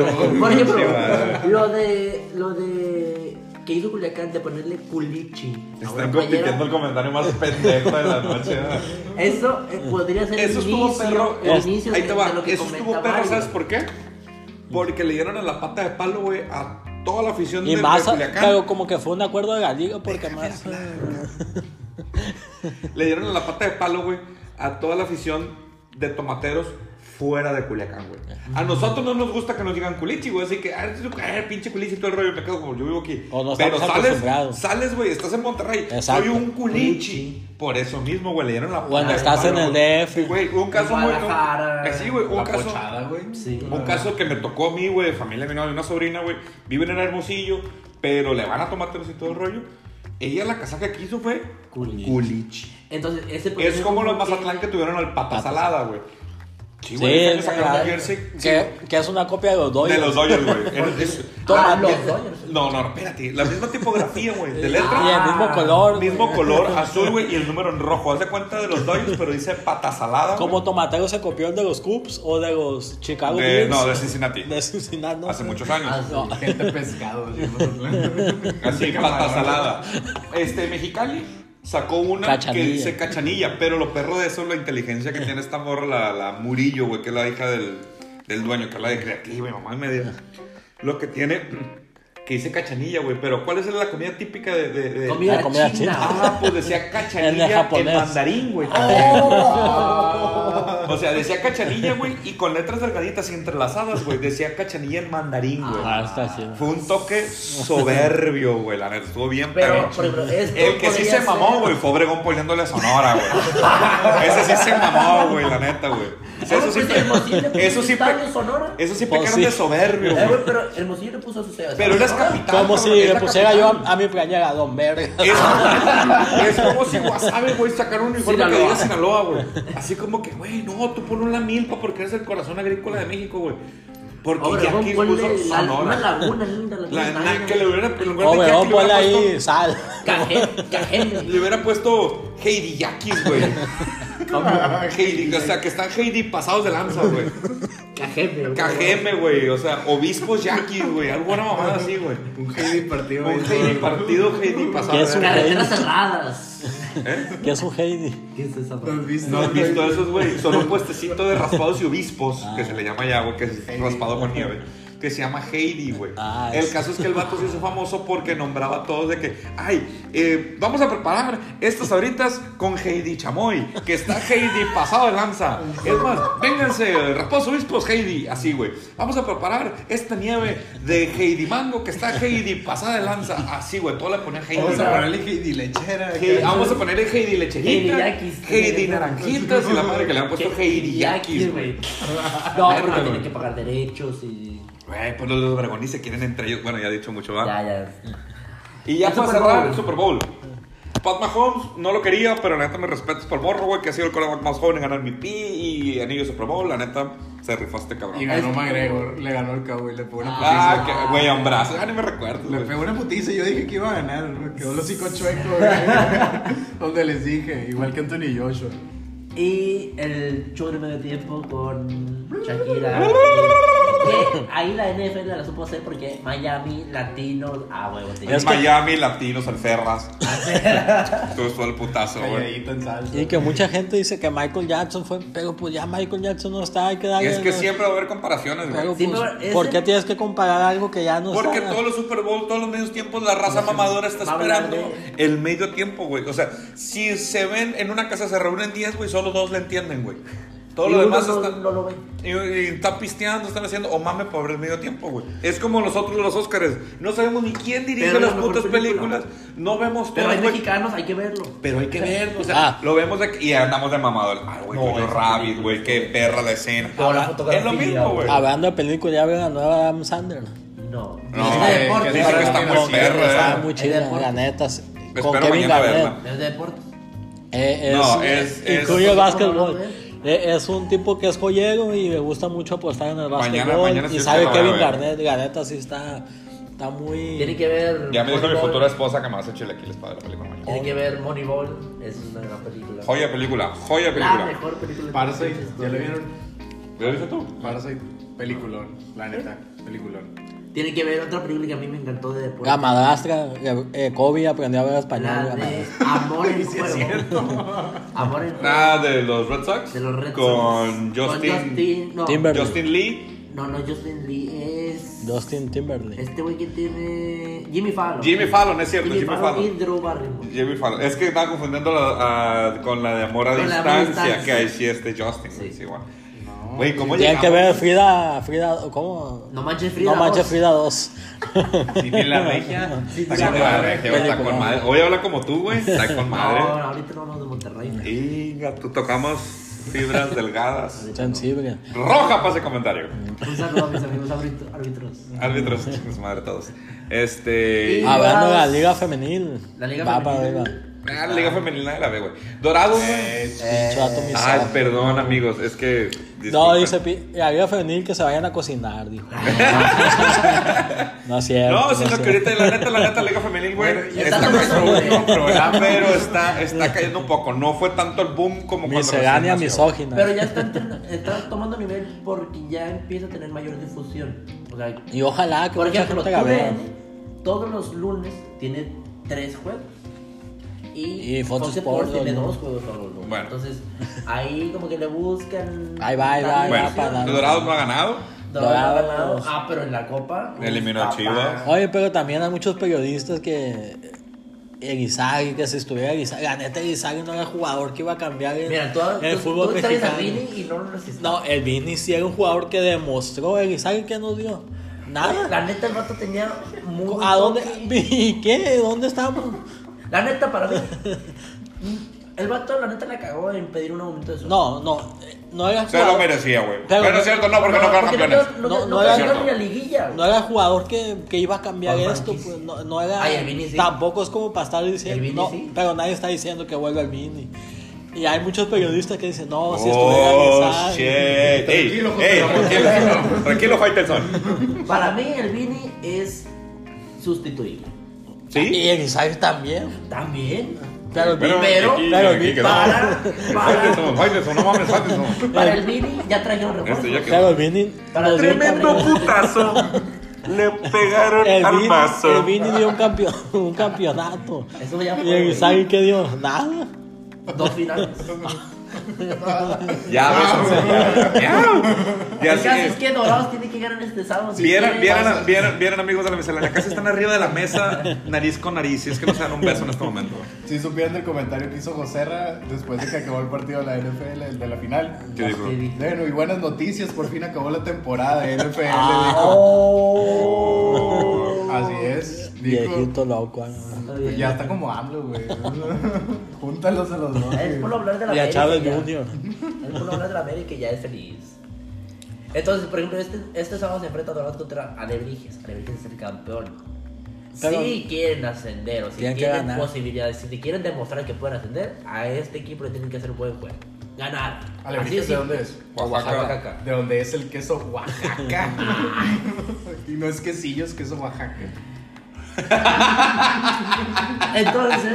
Speaker 3: ejemplo,
Speaker 1: sí, madre.
Speaker 3: lo de. Lo de. Que hizo Culiacán de ponerle culichi. a una
Speaker 1: Están
Speaker 3: playera.
Speaker 1: compitiendo el comentario más pendejo de la noche. ¿no?
Speaker 3: Eso eh, podría ser
Speaker 1: Eso
Speaker 3: el
Speaker 1: estuvo
Speaker 3: inicio,
Speaker 1: perro.
Speaker 3: el
Speaker 1: es-
Speaker 3: inicio
Speaker 1: ahí
Speaker 3: de-
Speaker 1: te va.
Speaker 3: de lo que
Speaker 1: Eso
Speaker 3: comenta
Speaker 1: estuvo perro,
Speaker 3: Mario.
Speaker 1: ¿sabes por qué? Porque le dieron en la pata de palo, güey, a toda la afición
Speaker 4: Y
Speaker 1: de
Speaker 4: más,
Speaker 1: de Culiacán.
Speaker 4: pero como que fue un acuerdo de la liga, porque más.
Speaker 1: Le dieron en la pata de palo, güey, a toda la afición de tomateros fuera de Culiacán, güey. A nosotros no nos gusta que nos digan culichi, güey. Así que, ah, eh, pinche culichi, todo el rollo, me quedo como yo vivo aquí.
Speaker 4: O no
Speaker 1: Pero
Speaker 4: estamos
Speaker 1: sales,
Speaker 4: acostumbrados.
Speaker 1: sales, güey, estás en Monterrey.
Speaker 4: Exacto.
Speaker 1: Soy un culichi. Por eso mismo, güey, le dieron la pata
Speaker 4: Cuando
Speaker 1: de
Speaker 4: estás
Speaker 1: palo,
Speaker 4: en el
Speaker 1: güey.
Speaker 4: DF.
Speaker 1: Güey, un caso muy.
Speaker 3: Guadalajara,
Speaker 1: Eh, Sí, güey, un
Speaker 2: La
Speaker 1: caso.
Speaker 2: pochada, güey.
Speaker 3: Sí.
Speaker 1: Un caso que me tocó a mí, güey, de familia de mi novia, una sobrina, güey, viven en Hermosillo, pero le van a tomateros y todo el rollo. Ella la casaca que hizo fue
Speaker 3: Culichi.
Speaker 1: culichi.
Speaker 3: Entonces, ese
Speaker 1: Pues Es como los Mazatlán que tuvieron al pata
Speaker 4: Pata
Speaker 1: salada, güey. Sí,
Speaker 4: Sí,
Speaker 1: güey, ese año
Speaker 4: es
Speaker 1: sacaron
Speaker 4: verdad.
Speaker 1: un jersey sí,
Speaker 4: que, que es una copia de los Dodgers.
Speaker 1: de los Dodgers, güey. Era- es-
Speaker 3: Toma,
Speaker 1: Ah,
Speaker 3: los
Speaker 1: es-
Speaker 3: Dodgers.
Speaker 1: No, no, espérate. La misma tipografía, güey, de
Speaker 4: Y
Speaker 1: letra.
Speaker 4: el mismo color.
Speaker 1: Ah,
Speaker 4: eh,
Speaker 1: Mismo color, azul, güey, y el número en rojo. Haz de cuenta de los Dodgers, pero dice pata salada. güey.
Speaker 4: Como Tomatero se copió el de los Cubs o de los Chicago
Speaker 1: De-
Speaker 4: Bears.
Speaker 1: no, de Cincinnati.
Speaker 4: De Cincinnati, no
Speaker 1: Hace
Speaker 4: sé.
Speaker 1: muchos
Speaker 3: Ah,
Speaker 1: años.
Speaker 4: No.
Speaker 2: Gente pescado. así,
Speaker 1: Así,
Speaker 2: Camarón.
Speaker 1: pata salada. Este, Mexicali sacó una
Speaker 4: Cachanilla.
Speaker 1: que dice cachanilla, pero lo perro de eso es la inteligencia que tiene esta morra, la, la Murillo, güey, que es la hija del, del dueño, que es la de creativa y mamá y media. Lo que tiene, que dice cachanilla, güey, pero ¿cuál es la comida típica de...? de- de-
Speaker 3: Comida,
Speaker 4: La comida
Speaker 3: china.
Speaker 4: china.
Speaker 1: Ah, pues decía
Speaker 4: En el
Speaker 1: cachanilla en,
Speaker 4: japonés. Oh.
Speaker 1: mandarín, güey.
Speaker 2: Ah,
Speaker 1: O sea, decía cachanilla, güey, y con letras delgaditas y entrelazadas, güey, decía cachanilla en mandarín, güey.
Speaker 4: Ah, está así.
Speaker 1: Fue un toque soberbio, güey. La neta estuvo bien,
Speaker 3: Pero,
Speaker 1: pero.
Speaker 3: por ejemplo, esto
Speaker 1: el que sí
Speaker 3: podría
Speaker 1: se mamó,
Speaker 3: ser-
Speaker 1: güey, fue Obregón poniéndole a Sonora, güey. Ese sí se mamó, güey, la neta, güey. O sea,
Speaker 3: Ah,
Speaker 1: Eso sí,
Speaker 3: pues,
Speaker 1: pe-
Speaker 3: Hermosillo le puso
Speaker 1: eso sí,
Speaker 3: un estadio,
Speaker 1: pe-
Speaker 3: Sonora.
Speaker 1: eso sí
Speaker 4: Pues,
Speaker 1: pecaron
Speaker 4: sí.
Speaker 1: de soberbio,
Speaker 3: Eh,
Speaker 1: güey.
Speaker 3: güey, pero Hermosillo le puso su sello.
Speaker 1: Pero
Speaker 3: ¿sabes?
Speaker 1: eres capital.
Speaker 4: Como
Speaker 1: cabrón,
Speaker 4: si
Speaker 1: es
Speaker 4: le
Speaker 1: la
Speaker 4: pusiera yo
Speaker 1: capital.
Speaker 4: a, a mi playera Don Verga.
Speaker 1: Es, es como si Wasabe, güey, sacar un uniforme que
Speaker 3: Sinaloa.
Speaker 1: diga Sinaloa, güey. Así como que, güey, no, tú pon una milpa porque eres el corazón agrícola de México, güey. Porque
Speaker 3: Obregón,
Speaker 1: Yaquis
Speaker 3: ponle
Speaker 1: puso
Speaker 3: la-
Speaker 1: Sonora.
Speaker 3: una laguna linda, la
Speaker 1: La,
Speaker 3: misma
Speaker 1: la
Speaker 3: área.
Speaker 1: que le hubiera, en lugar de
Speaker 4: Hombre,
Speaker 1: Jackie
Speaker 4: no,
Speaker 1: le hubiera
Speaker 4: ponle ahí
Speaker 1: puesto-
Speaker 4: sal.
Speaker 3: Cajé- cajé.
Speaker 1: Le hubiera puesto Heidi Yakis, güey. Heidi, o sea, que están Heidi pasados de lanza, güey.
Speaker 3: Cajeme. güey.
Speaker 1: KGM, güey. O sea, obispos Yakis, güey. Alguna mamada así, güey.
Speaker 2: Un Heidi partido.
Speaker 1: Un
Speaker 2: güey,
Speaker 1: Heidi
Speaker 2: todo.
Speaker 1: partido, Heidi pasado
Speaker 4: es
Speaker 1: de
Speaker 4: un-
Speaker 1: lanza.
Speaker 3: Carreteras cerradas.
Speaker 4: Que es un Heidi.
Speaker 3: ¿Qué es esa
Speaker 2: ¿No has visto?
Speaker 1: ¿No has visto esos, güey? Son un puestecito de raspados y obispos, que se le llama ya, güey, que es
Speaker 2: Heidi.
Speaker 1: raspado con nieve. Que se llama Heidi, güey.
Speaker 4: Ah,
Speaker 1: el
Speaker 4: es-
Speaker 1: caso es que el vato se hizo famoso porque nombraba a todos de que, ay, eh, vamos a preparar estas ahoritas con Heidi Chamoy, que está Heidi pasado de lanza. Es más, vénganse, raspados obispos, Heidi, así, güey. Vamos a preparar esta nieve de Heidi Mango, que está Heidi pasada de lanza, así, güey. Todo le ponía Heidi.
Speaker 2: Vamos a
Speaker 1: güey.
Speaker 2: ponerle Heidi lechera.
Speaker 1: Hey, vamos a ponerle Heidi lecherita,
Speaker 3: Heidi
Speaker 1: Heidi,
Speaker 3: Yakis.
Speaker 1: naranjitas y la madre que le han puesto Heidi Yakis, güey.
Speaker 3: No,
Speaker 1: Neta,
Speaker 3: pero
Speaker 1: güey.
Speaker 3: tienen que pagar derechos y.
Speaker 1: Güey, pues los dragones se quieren entre ellos. Bueno, ya he dicho mucho, va.
Speaker 3: Ya, ya.
Speaker 1: Y ya
Speaker 3: El
Speaker 1: fue a
Speaker 3: Super
Speaker 1: cerrar
Speaker 3: Bowl.
Speaker 1: el Super Bowl. Pat Mahomes no lo quería, pero la neta me respetas por morro, güey, que ha sido el coreback más joven en ganar MVP y anillo de Super Bowl. La neta, se rifó este
Speaker 2: Y
Speaker 1: cabrón.
Speaker 2: ganó McGregor. Le ganó el cowboy. Le pegó una putiza.
Speaker 1: Ah, que, güey, un brazo. Ya ni me recuerdo.
Speaker 2: Le
Speaker 1: güey.
Speaker 2: pegó una putiza y yo dije que iba a ganar. güey. Quedó los hocico chueco. güey. Donde les dije. Igual que Anthony Joshua.
Speaker 3: Y el show de medio tiempo con Shakira. Que ahí la NFL la supo hacer porque Miami, latinos, ah, huevo, sí.
Speaker 1: En
Speaker 4: Es que-
Speaker 1: Miami, latinos, alferras. todo esto el putazo, güey.
Speaker 2: Calladito en salsa.
Speaker 4: Y que mucha gente dice que Michael Jackson fue, pero pues ya Michael Jackson no está, hay que darle.
Speaker 1: Es que
Speaker 4: no-
Speaker 1: siempre va a haber comparaciones, güey.
Speaker 4: Pero,
Speaker 3: Sí,
Speaker 4: pues,
Speaker 3: pero ese-
Speaker 4: ¿Por qué tienes que comparar algo que ya no
Speaker 1: Porque
Speaker 4: está?
Speaker 1: todos los Super Bowl, todos los medios tiempos, la raza mamadora está
Speaker 3: va a hablar
Speaker 1: esperando el medio tiempo, güey. O sea, si se ven en una casa, se reúnen 10, güey, solo dos le entienden, güey. Todo
Speaker 3: Y
Speaker 1: lo
Speaker 3: uno
Speaker 1: demás
Speaker 3: no,
Speaker 1: está.
Speaker 3: no lo ve.
Speaker 1: Y, y está pisteando, están haciendo, o mame por el medio tiempo, güey. Es como nosotros los Óscares. No sabemos ni quién dirige
Speaker 3: Pero es la
Speaker 1: las
Speaker 3: mejor
Speaker 1: putas
Speaker 3: película.
Speaker 1: películas. No vemos
Speaker 3: Pero
Speaker 1: todas,
Speaker 3: hay
Speaker 1: güey.
Speaker 3: mexicanos, hay que verlo.
Speaker 1: Pero hay que verlo, o sea,
Speaker 4: sea,
Speaker 1: lo vemos de aquí y andamos de mamador. Ay, güey,
Speaker 3: No,
Speaker 1: Jojo
Speaker 3: es-
Speaker 1: Rabbit, güey, qué perra la escena.
Speaker 3: O la
Speaker 1: es lo mismo, güey.
Speaker 4: Hablando de películas, ya veo la nueva de Adam Sandler.
Speaker 3: No.
Speaker 1: No,
Speaker 3: es de
Speaker 2: que-
Speaker 3: deportes.
Speaker 2: que
Speaker 1: dice que está
Speaker 2: Sí,
Speaker 1: muy
Speaker 2: sí,
Speaker 1: perra,
Speaker 4: Está
Speaker 1: eh.
Speaker 4: muy
Speaker 3: Es
Speaker 4: chida,
Speaker 3: deporte.
Speaker 4: la neta. sí.
Speaker 1: Espero
Speaker 4: Con Kevin
Speaker 1: mañana
Speaker 4: Garnett.
Speaker 1: verla.
Speaker 3: Es de deportes.
Speaker 4: Eh,
Speaker 1: No,
Speaker 4: es,
Speaker 1: es- es-
Speaker 4: incluye
Speaker 1: es-
Speaker 4: básquetbol. Eh, es un tipo que es joyero y le gusta mucho apostar en el
Speaker 1: Mañana-
Speaker 4: básquetbol.
Speaker 1: mañana sí
Speaker 4: y
Speaker 1: es que
Speaker 4: sabe
Speaker 1: la voy a
Speaker 4: Kevin
Speaker 1: ver.
Speaker 4: Garnett, la neta sí está, está
Speaker 3: Tiene
Speaker 4: muy...
Speaker 3: que ver.
Speaker 1: Ya me dijo mi
Speaker 3: Moneyball.
Speaker 1: futura esposa que me hace chilaquiles para la película mañana.
Speaker 3: Tiene que ver Moneyball. Es una gran película.
Speaker 1: Joya película, joya
Speaker 3: La
Speaker 1: película.
Speaker 3: mejor película.
Speaker 2: Parasite, ¿ya lo
Speaker 3: le
Speaker 2: vieron?
Speaker 1: ¿Lo viste tú?
Speaker 2: Parasite, peliculón, la neta, peliculón.
Speaker 3: Tiene que ver otra película que a mí me encantó de deportes.
Speaker 4: La madrastra, eh, eh, Kobe aprendió a hablar español.
Speaker 3: La
Speaker 4: la
Speaker 3: de
Speaker 4: madrastra.
Speaker 3: Amor en
Speaker 2: Sí, es
Speaker 3: Juego. Amor en Juego.
Speaker 1: Nada de los Red Sox.
Speaker 3: De los Red Sox.
Speaker 1: Con Justin.
Speaker 3: Justin. No,
Speaker 4: Timber-
Speaker 1: Justin Lee.
Speaker 3: no, no, Justin Lee es.
Speaker 4: Justin Timberlake.
Speaker 3: Este güey que tiene. Jimmy Fallon.
Speaker 1: Jimmy Fallon, es cierto,
Speaker 3: Jimmy
Speaker 1: Jimmy
Speaker 3: Fallon. Y
Speaker 1: Fallon.
Speaker 3: Drew Barrymore.
Speaker 1: Jimmy Fallon. Es que estaba confundiendo la- a- con la de amor a
Speaker 3: Con la amor a
Speaker 1: distancia que
Speaker 3: distancia.
Speaker 1: ahí sí es de Justin. güey,
Speaker 3: Sí.
Speaker 1: sí, igual. Güey, ¿cómo
Speaker 4: Tienen
Speaker 1: llegamos?
Speaker 4: que ver Frida, Frida, ¿cómo?
Speaker 3: No manches Frida.
Speaker 4: No manches
Speaker 3: dos.
Speaker 4: Frida 2.
Speaker 2: Sí, vi la regia.
Speaker 3: Sí,
Speaker 1: Está
Speaker 3: sí,
Speaker 1: con
Speaker 3: sí.
Speaker 1: madre, güey, está
Speaker 4: Película.
Speaker 1: con madre. Hoy habla como tú, güey. Está con
Speaker 3: No,
Speaker 1: madre.
Speaker 3: ahorita no hablamos de Monterrey.
Speaker 1: Y tú tocamos fibras delgadas.
Speaker 4: Sensible.
Speaker 1: Roja para ese comentario.
Speaker 3: Un saludo a mis amigos árbitro- árbitros.
Speaker 1: Árbitros, chicos, madre todos. Este.
Speaker 3: Y-
Speaker 4: Hablando de la liga femenil.
Speaker 3: La liga
Speaker 4: va
Speaker 3: femenil.
Speaker 4: para arriba.
Speaker 1: Ah, la Liga Femenil nadie la ve, güey. Dorado, güey.
Speaker 2: Eh,
Speaker 4: Pinche vato
Speaker 1: Ay,
Speaker 4: miserable.
Speaker 1: perdón, amigos. Es que.
Speaker 4: No,
Speaker 1: disculpen.
Speaker 4: dice pi- la liga femenil que se vayan a cocinar, dijo. no es cierto.
Speaker 1: No, sino
Speaker 4: es
Speaker 1: que
Speaker 4: cierto.
Speaker 1: ahorita, la neta, la neta, Liga Femenil, güey,
Speaker 2: Bueno,
Speaker 1: está
Speaker 3: está
Speaker 1: nuestro
Speaker 3: pasando,
Speaker 1: último
Speaker 3: güey.
Speaker 1: programa, pero está, está cayendo un poco. No fue tanto el boom como cuando
Speaker 4: Miscelánea
Speaker 1: recién nació.
Speaker 4: misógina.
Speaker 3: Pero ya está, entren- está tomando nivel porque ya empieza a tener mayor difusión. O sea,
Speaker 4: Y ojalá que
Speaker 3: por
Speaker 4: mucha
Speaker 3: ejemplo,
Speaker 4: gente la vea.
Speaker 3: TUDN, todos los lunes tiene tres juegos. Y,
Speaker 4: Y Fox
Speaker 3: Fox
Speaker 4: Sports
Speaker 3: Sports tiene
Speaker 4: ¿no?
Speaker 3: dos juegos todos los lunes.
Speaker 1: Bueno.
Speaker 3: Entonces, ahí como que le buscan.
Speaker 4: Ahí va, ahí va, ahí va,
Speaker 3: Bueno,
Speaker 1: Bueno,
Speaker 4: para nada.
Speaker 1: Dorado no ha ganado.
Speaker 3: Dorado,
Speaker 4: Dorados.
Speaker 3: Ah, pero en la copa.
Speaker 1: Eliminó a
Speaker 2: Ah,
Speaker 3: papá.
Speaker 1: Chivas.
Speaker 4: Oye, pero también hay muchos periodistas que. Elizagui, que si estuviera Elizagui. La neta, Elizagui no era el jugador que iba a cambiar el,
Speaker 3: Mira, tú,
Speaker 4: el
Speaker 3: tú-
Speaker 4: fútbol
Speaker 3: tú traes
Speaker 4: mexicano.
Speaker 3: a Vini y no lo resististe.
Speaker 4: No, el Vini sí era un jugador que demostró. Elizagui, ¿qué nos dio? Nada.
Speaker 3: La neta, el vato tenía muy. buen
Speaker 4: ¿A dónde?
Speaker 3: toque.
Speaker 4: ¿Y qué? ¿Dónde estamos?
Speaker 3: La neta, para mí. El vato, la neta, la cagó en pedir un aumento de sueldo.
Speaker 4: No, no. eh, No era
Speaker 1: Se lo
Speaker 4: jugador.
Speaker 1: merecía, güey.
Speaker 4: Pero-
Speaker 1: Pero es cierto, no, porque no quedaron campeones.
Speaker 3: No,
Speaker 4: No,
Speaker 3: no,
Speaker 4: no
Speaker 3: no
Speaker 4: era
Speaker 3: ganó
Speaker 1: cierto.
Speaker 3: ni la liguilla.
Speaker 4: No era jugador que, que iba a cambiar
Speaker 3: Juan
Speaker 4: esto,
Speaker 3: Manquis.
Speaker 4: pues no, no era.
Speaker 3: Ay, el Vini sí.
Speaker 4: Tampoco es como para estar
Speaker 3: El
Speaker 4: diciendo.
Speaker 3: Vini
Speaker 4: no,
Speaker 3: sí.
Speaker 4: Pero nadie está diciendo que vuelva el Vini. Y hay muchos periodistas que dicen, no, si
Speaker 1: Oh,
Speaker 4: estuviera
Speaker 1: shit.
Speaker 4: Elizagui.
Speaker 1: Ey,
Speaker 2: Tranquilo, José
Speaker 1: ey,
Speaker 2: Ramón.
Speaker 1: tranquilo, tranquilo, Faitelson.
Speaker 3: Para mí, el Vini es sustituible.
Speaker 1: ¿Sí?
Speaker 4: Y Elizagui también.
Speaker 3: También.
Speaker 4: Pero el
Speaker 1: Pero-
Speaker 4: Vini.
Speaker 3: Pero,
Speaker 1: aquí-
Speaker 4: pero
Speaker 1: aquí
Speaker 4: vi-
Speaker 1: quedó.
Speaker 3: para, para,
Speaker 1: Faitelson, Faitelson, no mames, Faitelson.
Speaker 3: para el Vini ya trajeron refuerzos.
Speaker 1: Este ya quedó.
Speaker 4: Pero el Vini.
Speaker 3: Para
Speaker 4: nos dio un
Speaker 3: tremendo
Speaker 4: campeón.
Speaker 1: putazo. Le pegaron
Speaker 4: El Vini, el Vini dio un, campeón, un campeonato.
Speaker 3: Eso ya
Speaker 4: ¿Y
Speaker 3: fue,
Speaker 4: Elizagui qué dio? Nada.
Speaker 3: Dos finales.
Speaker 1: Ya, bésense, ya. Ya,
Speaker 3: el caso
Speaker 1: sí,
Speaker 3: es que Dorados tiene que ganar este sábado. si
Speaker 1: Vieran,
Speaker 3: quiere
Speaker 1: vieran,
Speaker 3: pasar.
Speaker 1: vieran, vieran, amigos de la miscelánea, casi están arriba de la mesa, nariz con nariz, si es que no se dan un beso en este momento. güey.
Speaker 2: Si supieran el comentario que hizo Joserra después de que acabó el partido de la NFL, el de la final.
Speaker 1: ¿Qué dijo?
Speaker 3: Sí, dijo.
Speaker 2: Bueno, y buenas noticias, por fin acabó la temporada de NFL.
Speaker 1: Ah.
Speaker 2: dijo.
Speaker 3: Oh.
Speaker 2: Así es, dijo.
Speaker 4: Viejito loco. ah.
Speaker 3: Está bien.
Speaker 2: Pues Ya está como AMLO, güey. Júntalos a los dos.
Speaker 3: Es por
Speaker 2: güey.
Speaker 3: hablar de la
Speaker 4: Y a
Speaker 3: América,
Speaker 4: Chávez
Speaker 3: ya.
Speaker 4: Junior.
Speaker 3: Él por hablar de la América y ya es feliz. Entonces, por ejemplo, este, este sábado se enfrenta Dorados contra Alebrijes. Alebrijes es el campeón.
Speaker 4: Pero-
Speaker 3: si quieren ascender o si
Speaker 4: Tienen
Speaker 3: tienen,
Speaker 4: que ganar.
Speaker 3: posibilidades, si te quieren demostrar que pueden ascender, a este equipo le tienen que hacer un buen juego. Ganar. Así
Speaker 2: Alebrijes,
Speaker 3: es
Speaker 2: ¿de dónde es?
Speaker 1: Oaxaca.
Speaker 3: Oaxaca.
Speaker 2: De dónde es el queso Oaxaca. y no es quesillo, es queso Oaxaca.
Speaker 3: Entonces,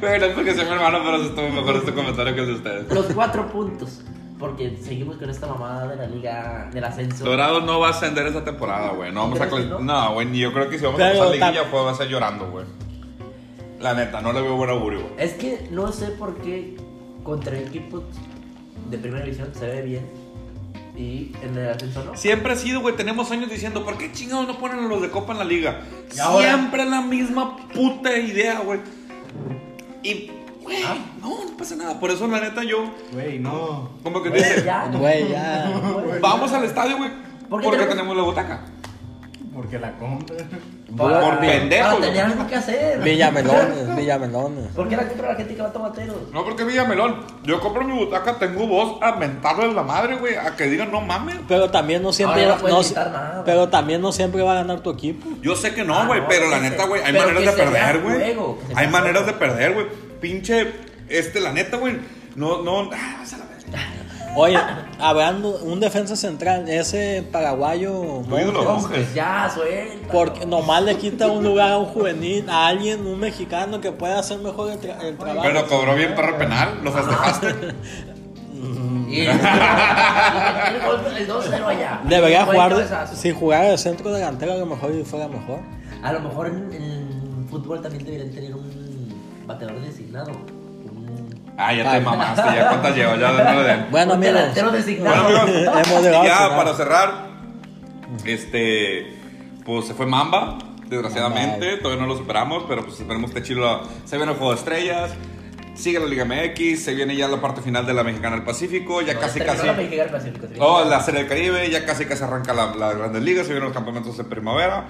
Speaker 1: Güey, no es porque soy mi hermano, pero estuvo mejor este comentario que el de ustedes.
Speaker 3: los cuatro puntos. Porque seguimos con esta mamada de la liga, del ascenso.
Speaker 1: Dorados no va a ascender esa temporada, güey. No vamos a
Speaker 3: ¿Crees que
Speaker 1: clas-
Speaker 3: no?
Speaker 1: No, güey, ni yo creo que si vamos a
Speaker 4: Pero
Speaker 1: pasar liguilla,
Speaker 4: tam-
Speaker 1: pues va a ser llorando, güey. La neta, no le veo buen augurio, güey.
Speaker 3: Es que no sé por qué contra equipos de primera división se ve bien y en el ascenso no.
Speaker 1: Siempre ha sido, güey. Tenemos años diciendo, ¿por qué chingados no ponen a los de Copa en la liga?
Speaker 3: Y ahora-
Speaker 1: Siempre la misma puta idea, güey. Y, güey,
Speaker 3: Ah.
Speaker 1: no, no pasa nada. Por eso, la neta, yo,
Speaker 2: Güey, no.
Speaker 1: como que
Speaker 3: Güey,
Speaker 1: dice,
Speaker 3: ya,
Speaker 4: Güey, ya.
Speaker 3: Güey.
Speaker 1: vamos al estadio, güey.
Speaker 3: ¿Por
Speaker 1: Porque
Speaker 3: qué tenemos-
Speaker 1: tenemos la botaca.
Speaker 2: Porque la compra.
Speaker 3: Para-
Speaker 1: por pendejo,
Speaker 3: Para
Speaker 1: güey.
Speaker 3: tener algo que hacer.
Speaker 4: Villamelones, Villamelones.
Speaker 3: ¿Por qué la compra la gente que va a tomateros?
Speaker 1: No, porque Villamelón, yo compro mi butaca, tengo voz a mentarle la madre, güey, a que digan no mames.
Speaker 4: Pero también no siempre,
Speaker 3: Ahora no puedes
Speaker 4: no-
Speaker 3: quitar nada.
Speaker 4: pero también no siempre va a ganar tu equipo.
Speaker 1: Yo sé que
Speaker 3: Ah,
Speaker 1: no, güey,
Speaker 3: no,
Speaker 1: pero la
Speaker 3: que
Speaker 1: neta,
Speaker 3: se-
Speaker 1: güey, hay
Speaker 3: pero
Speaker 1: maneras de
Speaker 3: que se vea
Speaker 1: perder, güey.
Speaker 3: juego, que se
Speaker 1: Hay
Speaker 3: vea
Speaker 1: maneras de
Speaker 3: juego.
Speaker 1: perder, güey. Pinche, este, la neta, güey, no, no, ah, vas a la verga.
Speaker 4: Oye, habrá un- un defensa central, ese paraguayo.
Speaker 1: Tu ídolo,
Speaker 4: Monjes,
Speaker 1: Monjes.
Speaker 3: Ya, suelta.
Speaker 4: Porque nomás le quita un lugar a un juvenil, a alguien, un mexicano que pueda hacer mejor el, tra- el trabajo.
Speaker 1: Pero cobró bien perro penal, los festejaste.
Speaker 3: Y y el gol- el 2-0 allá.
Speaker 4: Debería
Speaker 3: Fue
Speaker 4: jugar, de-
Speaker 3: cabezazo.
Speaker 4: si jugara de centro delantero, a lo mejor y fuera mejor.
Speaker 3: A lo mejor en, en fútbol también deberían tener un bateador designado. Un,
Speaker 1: Ah, ya te mamaste, ya cuántas llevas, ya no le den.
Speaker 4: Bueno,
Speaker 3: un
Speaker 4: amigos.
Speaker 3: delantero designado.
Speaker 1: Bueno, amigos.
Speaker 4: Hemos llegado al
Speaker 1: Ya,
Speaker 4: final.
Speaker 1: para cerrar, este, pues se fue Mamba, desgraciadamente,
Speaker 4: Mamba.
Speaker 1: todavía no lo superamos, pero pues esperemos que Chile lo- se viene el Juego de Estrellas, sigue la Liga MX, se viene ya la parte final de la Mexicana del Pacífico, ya
Speaker 3: No,
Speaker 1: casi
Speaker 3: terminó
Speaker 1: casi...
Speaker 3: la Mexicana del Pacífico, sí.
Speaker 1: No, la Serie del Caribe, ya casi casi arranca la, la Grandes Ligas, se vienen los campeonatos de primavera.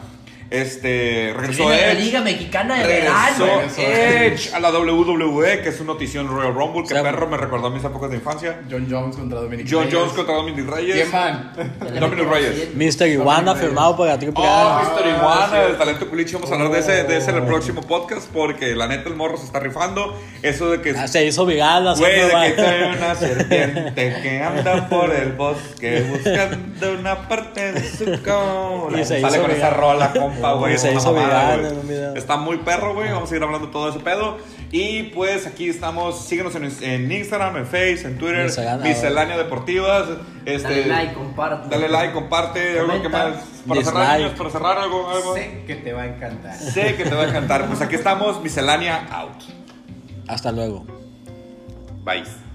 Speaker 1: Este,
Speaker 3: Sí,
Speaker 1: regresó
Speaker 3: viene la
Speaker 1: Edge.
Speaker 3: Liga Mexicana de
Speaker 1: Regresó
Speaker 3: Verano. eh.
Speaker 2: Regresó
Speaker 1: Edge a la WWE, que es una notición Royal Rumble, que
Speaker 4: O sea,
Speaker 1: perro me recordó a mis épocas de infancia.
Speaker 2: John Jones contra Dominic
Speaker 1: John
Speaker 2: Reyes.
Speaker 1: Jones contra Dominic Reyes.
Speaker 2: ¿Quién van?
Speaker 1: Dominic Reyes.
Speaker 4: Mr. Iguana
Speaker 2: Reyes.
Speaker 4: firmado por la Triple
Speaker 1: Oh,
Speaker 4: A.
Speaker 1: Mr.
Speaker 2: Ah,
Speaker 1: Iguana,
Speaker 2: sí. Oh.
Speaker 1: el talento culichi. Vamos a hablar de ese, de ese en el próximo podcast porque la neta el morro se está rifando. Eso de que.
Speaker 4: Ah, Se hizo viral la
Speaker 1: Güey, de
Speaker 4: sopa,
Speaker 1: que
Speaker 4: va.
Speaker 1: trae una serpiente que anda por el bosque buscando una parte de su cola.
Speaker 4: Y se
Speaker 1: Sale
Speaker 4: hizo
Speaker 1: con esa
Speaker 4: viral.
Speaker 1: rola, compa, güey.
Speaker 4: Y
Speaker 1: es
Speaker 4: se
Speaker 1: una
Speaker 4: hizo
Speaker 1: mamada,
Speaker 4: viral
Speaker 1: güey.
Speaker 4: en un video.
Speaker 1: Está muy perro, güey. Vamos a ir hablando de todo ese pedo. Y pues aquí estamos. Síguenos en, en Instagram, en Face, en Twitter.
Speaker 4: Miscelánea.
Speaker 1: Miscelánea Deportivas. Este,
Speaker 3: Dale like, comparte.
Speaker 1: Dale like, comparte, algo que
Speaker 3: Comenta.
Speaker 1: más. Para cerrar,
Speaker 4: Dislike.
Speaker 1: niños, para cerrar algo. algo.
Speaker 2: Sé que te va a encantar.
Speaker 1: Sé que te va a encantar. Pues aquí estamos, miscelánea out.
Speaker 4: Hasta luego.
Speaker 1: Bye.